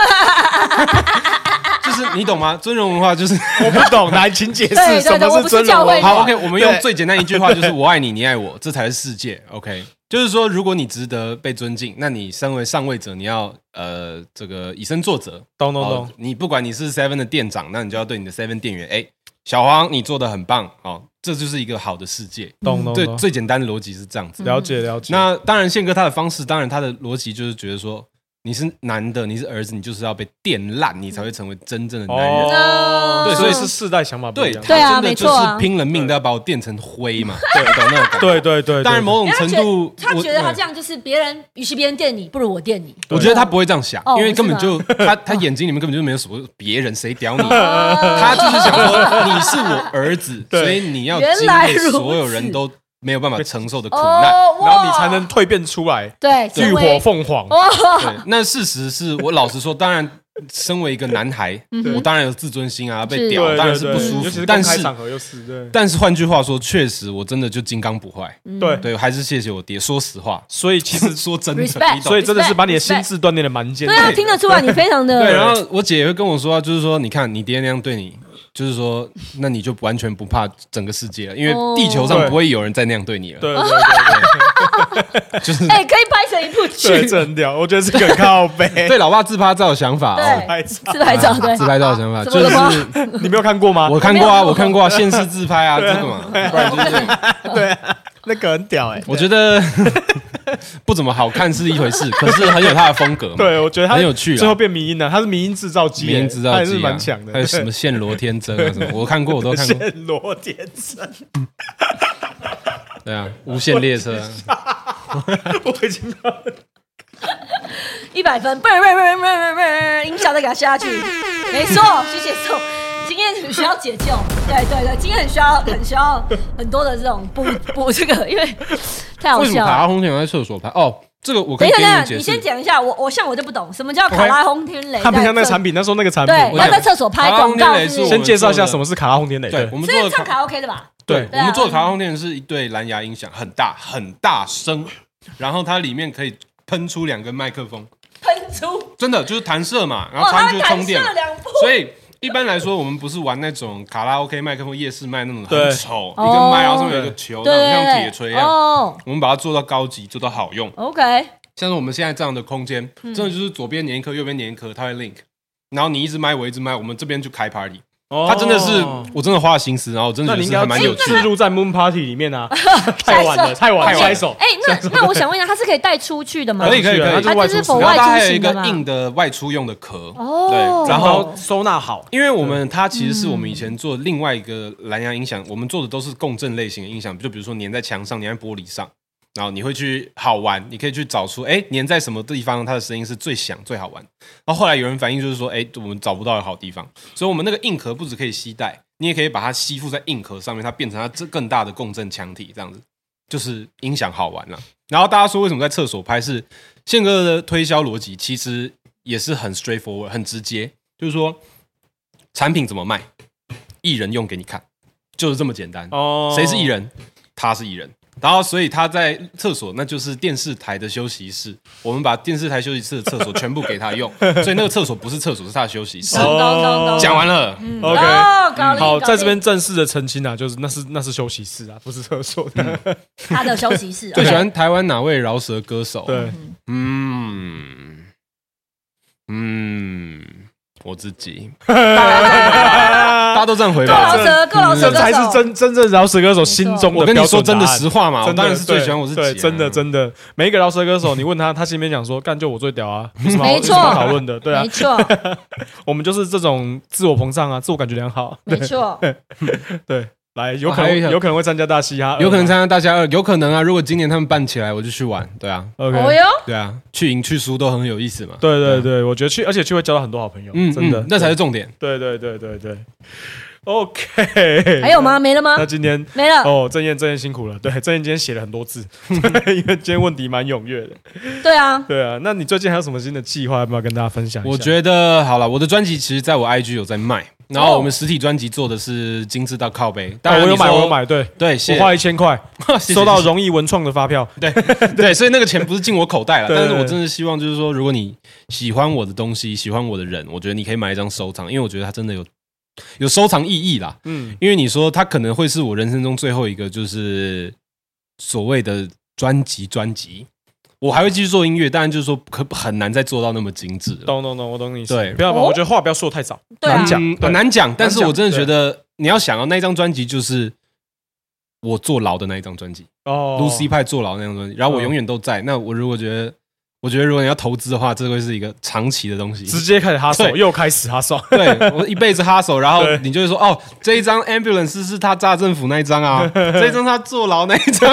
S5: 就是你懂吗？尊荣文化就是
S1: 我不懂，来，请解释
S2: 对对
S1: 什
S2: 对
S1: 么
S2: 我不是
S1: 尊
S2: 教
S1: 荣
S2: 会
S1: 文化
S5: 好，OK，我们用
S1: 对
S5: 最简单一句话就是“我爱你，你爱我”，这才是世界。OK，就是说，如果你值得被尊敬，那你身为上位者，你要呃这个以身作则。
S1: 懂懂
S5: 好
S1: 懂。
S5: 哦你不管你是 Seven 的店长，那你就要对你的 Seven 店员，哎，小黄，你做的很棒，哦，这就是一个好的世界。
S1: 懂懂
S5: 最
S2: 嗯
S1: 懂，嗯
S5: 最简单的逻辑是这样子。
S1: 了解了解。
S5: 那当然，宪哥他的方式，当然他的逻辑就是觉得说，你是男的，你是儿子，你就是要被电烂，你才会成为真正的男人。
S1: 哦，
S5: 对
S1: 所以
S5: 所以
S1: 是世代想法不
S5: 对，
S1: 一样。
S2: 对啊
S5: 他真的就
S2: 没错啊
S5: 是拼了命都要把我电成灰嘛，对懂那种感觉。
S1: 对对对，
S5: 当然
S1: 某
S5: 某种程度，
S2: 他
S5: 我嗯
S2: 觉得他这
S5: 样，
S2: 样就是别人，与其别人电你，不如我电你。
S5: 我觉得他不会这样想
S2: 哦，
S5: 因为根本就他他眼睛里面根本就没有什么别人谁 屌你，
S2: 哦
S5: 他就是想说你是我儿子，
S1: 对
S5: 所以你要
S2: 原
S5: 经
S2: 来
S5: 历
S2: 如
S5: 所有
S2: 此
S5: 人都没有办法承受的苦难。
S1: 然后你才能蜕变出来，
S2: 对
S1: 浴火凤凰。
S5: 对，那事实是我老实说，当然，身为一个男孩，我当然有自尊心啊，被
S2: 嗯是
S1: 对
S5: 屌
S1: 对
S5: 当然是不
S1: 对
S5: 舒
S1: 尤其
S5: 服
S1: 是。
S5: 但
S1: 公开
S5: 是，
S1: 场合又是对
S5: 但是换句话说，确实我真的就金刚不坏。
S2: 嗯
S1: 对，
S5: 对，还是谢谢我爹。说实话，
S1: 所以其
S5: 其实
S1: 实
S5: 说真的，
S2: Respect
S5: 你懂
S1: 所以真的是把你的心智锻炼的蛮健
S2: 对啊，
S1: 康。
S2: 听得出来你非常的
S5: 对。然后我姐也会跟我说啊，就是说，你看你爹那样对你。就是说，那你就完全不怕整个世界了，因为
S2: 哦
S5: 地球上
S1: 对
S5: 不会有人再那样对你了。
S1: 对对啊对
S5: 就是
S2: 哎，可以拍成一部
S1: 对，对
S2: 剧，
S1: 这很屌，我觉得是很靠背。
S5: 对老爸自拍照的想法哦，
S1: 太
S2: 对，
S1: 惨
S2: 自拍照对，
S5: 自拍照的想法
S2: 怎
S5: 就
S2: 么了吗
S5: 是
S1: 你没有看过吗？
S5: 我看过啊，
S2: 我没有
S5: 我看过啊，现实自拍啊，这 个嘛，不然就是这样
S1: 那个很屌哎，
S5: 我觉得 不怎么好看是一回 事，可是很有他的风格嘛。
S1: 对，我觉得他
S5: 很有趣啊
S1: 最后变迷音了，他是迷音制造机欸，
S5: 迷人制
S1: 他
S5: 造
S1: 也
S5: 机
S1: 是
S5: 啊
S1: 蛮强的。
S5: 还有什么线罗天真啊什么，我看过，我都
S1: 对
S5: 看 过。
S1: 线罗天真？
S5: 对啊，无限列车啊，
S1: 我已经到
S2: 一百分，嘣嘣嘣嘣嘣嘣，音效再给它下去，没错，谢谢宋。今天很需要解救，对对对，今天很需要很需要很多的这种补补这个，因为太好
S5: 为什么
S2: 笑
S5: 卡
S2: 了。
S5: 拉轰天雷在厕所拍？哦，这个我可
S2: 等一
S5: 以
S2: 下，等一
S5: 给
S2: 下，
S5: 你解
S2: 你
S5: 释
S2: 先。讲一下，我我像我就不懂什么叫卡拉轰天雷，
S1: 他不像那个
S2: 在
S1: 产品，那时候那个产
S2: 厕
S1: 品，
S2: 对，
S5: 我
S2: 要
S5: 讲
S2: 在厕所拍广
S5: 卡拉
S2: 告
S5: 轰天雷
S2: 是
S5: 是
S2: 不
S5: 我
S2: 是
S1: 先介绍一下什么是卡拉轰天雷。
S5: 对，我们
S2: 是
S5: 做的
S2: 唱卡
S5: 卡，
S2: 拉 OK 的吧？
S1: 对
S5: 我们做
S2: 对
S5: 的
S2: 啊
S5: 卡拉轰天雷是一对蓝牙音响，很大很大声，然后它里面可以喷出两根麦克风，
S2: 喷出，
S5: 真的就是弹射嘛，然后
S2: 哇，他
S5: 插进去就
S2: 感
S5: 充电
S2: 射
S5: 了。
S2: 两步，
S5: 所以一般来说，我们不是玩那种卡拉 OK 麦克风夜市卖那种
S1: 对
S5: 很丑一
S2: 哦
S5: 个麦，然后上面有一个球，
S2: 对
S5: 然后像
S2: 对
S5: 铁锤一啊
S2: 对，
S5: 样。
S2: 哦
S5: 我们把它做到高级，做到好用。
S2: ，OK，哎
S5: 像是我们现在这样的空间，真的就是左边粘一颗，右边粘一颗，它会 link。然后你一直麦，我一直麦，我们这边就开 party。
S1: 哦
S5: 它真的是，我真的花了心思，然后我真
S1: 那
S5: 的
S1: 你应
S5: 觉得
S1: 该要
S5: 还蛮有趣
S1: 置
S5: 的。
S1: 入在 Moon Party 里 面啊，太晚了，太晚了，
S5: 太晚了
S1: 下一首。
S2: 哎， 那那我想问一下，它是可以带出去的吗？
S5: 可以可以可以
S1: 它就是外
S2: 它
S1: 出
S2: 就是
S1: 使
S2: 否
S1: 用
S5: 然后它还有一
S2: 型的
S5: 个
S2: 嘛
S5: 硬的外出用的壳，
S2: 哦
S5: 对，然后。
S1: 收纳好，
S5: 因为我们它其实是我们以前做
S1: 嗯
S5: 另外一个蓝牙音响，我们做的都是共振类型的音响，就比如说粘在墙上、粘在玻璃上，然后你会去好玩，你可以去找出哎粘在什么地方它的声音是最响、最好玩。然后后来有人反映就是说，哎，我们找不到好地方，所以我们那个硬壳不只可以吸带，你也可以把它吸附在硬壳上面，它变成它这更大的共振腔体，这样子就是音响好玩啊了、然后大家说为什么在厕所拍是宪哥的推销逻辑，其实也是很 straightforward，很直接，就是说产品怎么卖，艺人用给你看，就是这么简单。
S1: 哦
S5: 谁是艺？人？他是艺人。然后，所以他在厕所，那就是电视台的休息室。我们把电视台休息室的厕所全部给 他用，所以那个厕所不是厕所，是他的休息
S1: 哦
S5: 室。
S2: 懂懂懂懂，
S5: 讲完了，
S1: OK
S2: 嗯
S1: 嗯
S2: 哦搞定搞
S1: 好，
S2: 定
S1: 在这边正式的澄清啊，就是那是那是休息室啊，不是厕所的。
S5: 嗯
S2: 他的休息室，
S5: 最喜欢台湾哪位饶舌歌手？
S1: 对，
S5: 嗯嗯，我自 己，大家都这样回
S2: 够
S5: 吧
S1: 啊
S2: 饶。舌，够饶舌
S1: 这
S2: 歌手，
S1: 才是真真正饶舌歌手心中的
S5: 我跟你
S1: 标准
S5: 说
S1: 答
S5: 真
S1: 案
S5: 的实话嘛，我
S1: 真的
S5: 当然是最
S1: 对
S5: 喜欢我自己啊
S1: 对，，真的真的，每一个饶舌歌手，你问他，他心里面想说，干就我最屌 啊，有什么好
S2: 没
S1: 有什么好
S2: 错
S1: 讨论的？对啊
S2: 没，错，
S1: 我们就是这种自我膨胀啊，自我感觉良好，
S2: 没错，
S1: 对，来，有可
S5: 哦还有一条
S1: 能有可能会参加大嘻哈，
S5: 有可能参加大家二，有可能啊。如果今年他们办起来，我就去玩。对啊，
S2: 哦
S1: OK，
S2: 哟，
S5: 对啊，去赢去输都很有意思嘛。
S1: 对对对，我觉得去，而且去会交到很多好朋友，
S5: 嗯，
S1: 真的
S5: 嗯，那才是重点。
S1: 对对对对对，OK，
S2: 还有吗？？没了吗
S1: 那？今天
S2: 没了，
S1: 哦，郑燕，郑燕辛苦了。对，郑燕今天写了很多字，因为今天问题蛮踊跃的。
S2: 对啊，
S1: 对啊，那你最近还有什么新的计划要不要跟大家分享一下？
S5: 我觉得好了，我的专辑其实在我 IG 有在卖，然后我们实体专辑做的是精致到靠背，当
S1: 哦
S5: 然
S1: 我有
S5: 你说
S1: 买，我有，买，对
S5: 对，谢
S1: 我
S5: 谢
S1: 花一千块
S5: 谢谢
S1: 收到
S5: 谢谢
S1: 容易文创的发票。
S5: 对，所以那个钱不是进我口袋了，
S1: 对对
S5: 但
S1: 对
S5: 是我真的希望就是说，如果你喜欢我的东西，喜欢我的人，我觉得你可以买一张收藏，因为我觉得它真的有有收藏意义啦。
S1: 嗯，
S5: 因为你说它可能会是我人生中最后一个，就是所谓的专辑专辑，我还会继续做音乐，当然就是说可很难再做到那么精致了。
S1: 懂懂懂，我懂你意思。
S5: 对
S1: 不要把
S2: 哦
S1: 我觉得话不要说得太早。
S2: 对啊
S1: 难，讲
S5: 嗯
S1: 对
S5: 很难讲。但是
S1: 难讲
S5: 我真的觉得你要想要那一张专辑就是。我坐牢的那一张专辑
S1: 哦嗯
S5: ，Lucy 派坐牢的那张专辑，然后我永远都在。那我如果觉得我我觉得如果你要投资的话，这会是一个长期的东西。
S1: 直接开始哈手，
S5: 对
S1: 又开始哈手。
S5: 对我一辈子哈手，然后
S1: 对
S5: 你就会说哦，这一张 ambulance 是他炸政府那一 张啊，这一张他坐牢那一张，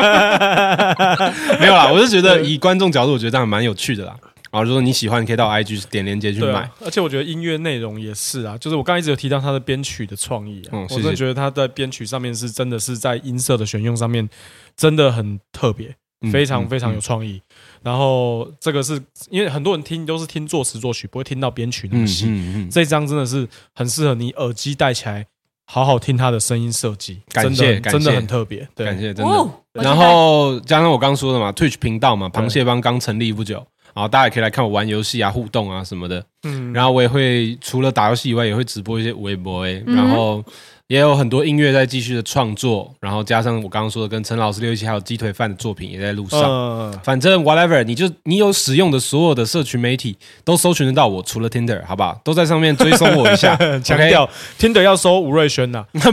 S5: 啊 没有啦，我是觉得以观众角度，我觉得这样蛮有趣的啦。啊，如果你喜欢，你可以到 IG 点链接去
S1: 对
S5: 买
S1: 啊，。而且我觉得音乐内容也是啊，就是我刚刚一直有提到他的编曲的创意啊，
S5: 嗯谢
S1: 我真
S5: 谢
S1: 的觉得他在编曲上面是真的是在音色的选用上面真的很特别，
S5: 嗯
S1: 非常非常
S5: 嗯
S1: 有创意。然后这个是因为很多人听都是听作词作曲，不会听到编曲那么
S5: 嗯
S1: 细。
S5: 嗯嗯，
S1: 这张真的是很适合你耳机戴起来，好好听它的声音设计，
S5: 感
S1: 真
S5: 谢
S1: 的
S5: 感
S1: 真的
S5: 谢
S1: 很特别。对，
S5: 感谢真的。
S2: 哦，我
S5: 然
S2: 期待
S5: 后加上我刚说的嘛，Twitch 频道嘛，
S1: 对
S5: 螃蟹帮刚成立不久，然后大家也可以来看我玩游戏啊、互动啊什么的。
S1: 嗯，
S5: 然后我也会除了打游戏以外，也会直播一些微博、哎
S2: 嗯哼
S5: 然后也有很多音乐在继续的创作，然后加上我刚刚说的跟陈老师六一七还有鸡腿饭的作品也在路上。
S1: 嗯，，
S5: 反正 whatever，你就你有使用的所有的社群媒体都搜寻得到我，除了 Tinder，好不好？都在上面追踪我一下
S1: 强调听的要收吴瑞轩呐，
S5: OK？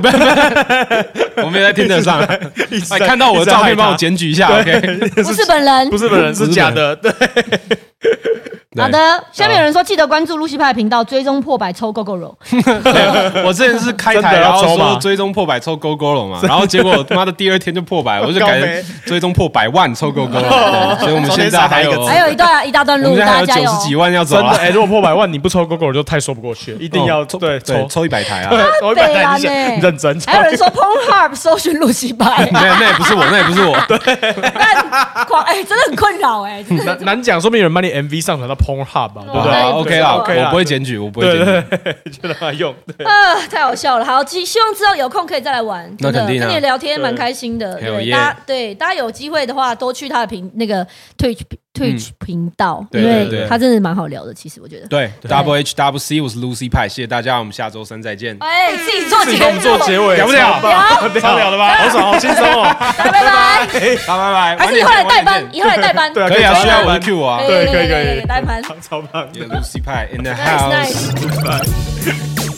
S5: 我没有在 Tinder 上，
S1: 一直
S5: 哎，
S1: 在
S5: 看到我
S1: 一
S5: 的
S1: 直在
S5: 照
S1: 害
S5: 片
S1: 他
S5: 帮我检举一下，OK？
S2: 不是本人
S1: 不。是本人
S5: 不是
S1: 是假的，对，
S5: 对
S2: 好的，下面有人说记得关注露西派的频道，追踪破百抽 GoGo 肉。
S5: 对我之前是开
S1: 真
S5: 台，
S1: 的
S5: 然
S1: 要
S5: 后
S1: 抽吗
S5: 说追踪破百抽勾勾了嘛，然后结果他妈的第二天就破百，我就改
S1: 高飞
S5: 成追踪破百万抽勾勾 了。对所以我们现在还有，
S1: 昨天才
S2: 还有一段一大段
S5: 哦我们
S2: 路，
S5: 现在还
S2: 大家加
S5: 有九
S2: 油
S5: 十！几万要走啊
S1: 真的
S5: 了，
S1: 哎，如果破百万你不抽 GoGo 就太说不过去，一定要
S5: 抽
S1: 对
S5: 对
S1: 抽，
S5: 抽一百台啊。
S1: 对，抽一百
S2: 北
S1: 台
S2: 兰
S1: 你先
S2: 欸
S1: 你认真抽
S2: 还有人说 Pornhub 搜寻露西派，
S5: 没有，那也不是我，那也不是我。
S2: 但 狂哎，真的很困扰哎，真的
S1: 难难讲，说不定有人把你 MV 上传到 Pornhub 吧，对不
S2: 哦
S1: 对
S2: 那
S5: 啊
S2: 也不
S5: ，OK
S2: 错
S5: 啦，
S2: 啊
S5: 我不会检举，我不会
S1: 对
S5: 检举。
S1: 对对，就让他用。对
S2: 啊，太好笑了！好，希希望之后有空可以再来玩。真
S5: 那
S2: 的
S5: 肯定啊
S2: 跟你聊天
S1: 对
S2: 蛮开心的。
S5: Hell
S2: 对，
S5: yeah
S2: 大家对大家有机会的话，多去他的频那个 Twitch Twitch 频道，
S5: 嗯对
S2: 因
S5: 对对
S2: 为
S5: 对
S2: 他真的蛮好聊的。其实我觉得，
S5: 对，Double H Double C，我是 Lucy 派，谢谢大家，我们下周三再见。
S2: 哎，自己做
S1: 自
S2: 结
S1: 己给我们做结尾，
S5: 了不了
S1: 超棒
S5: 了
S1: 超了的吧？好爽，好轻松哦。
S2: 拜拜。
S5: 好，拜
S2: 还
S5: 拜。晚
S2: 是以
S5: 点
S2: 后来
S5: 见
S2: 代，
S5: 晚
S2: 班，以后来代班。
S1: 对啊
S5: 点见可以啊，
S1: 可以
S5: 需要
S1: 代
S5: 我
S1: 班
S5: Q 啊
S1: 对可以可以
S2: 代班。
S1: 超棒的。
S5: ，Lucy 派 in the
S2: Nice
S5: house。
S2: nice。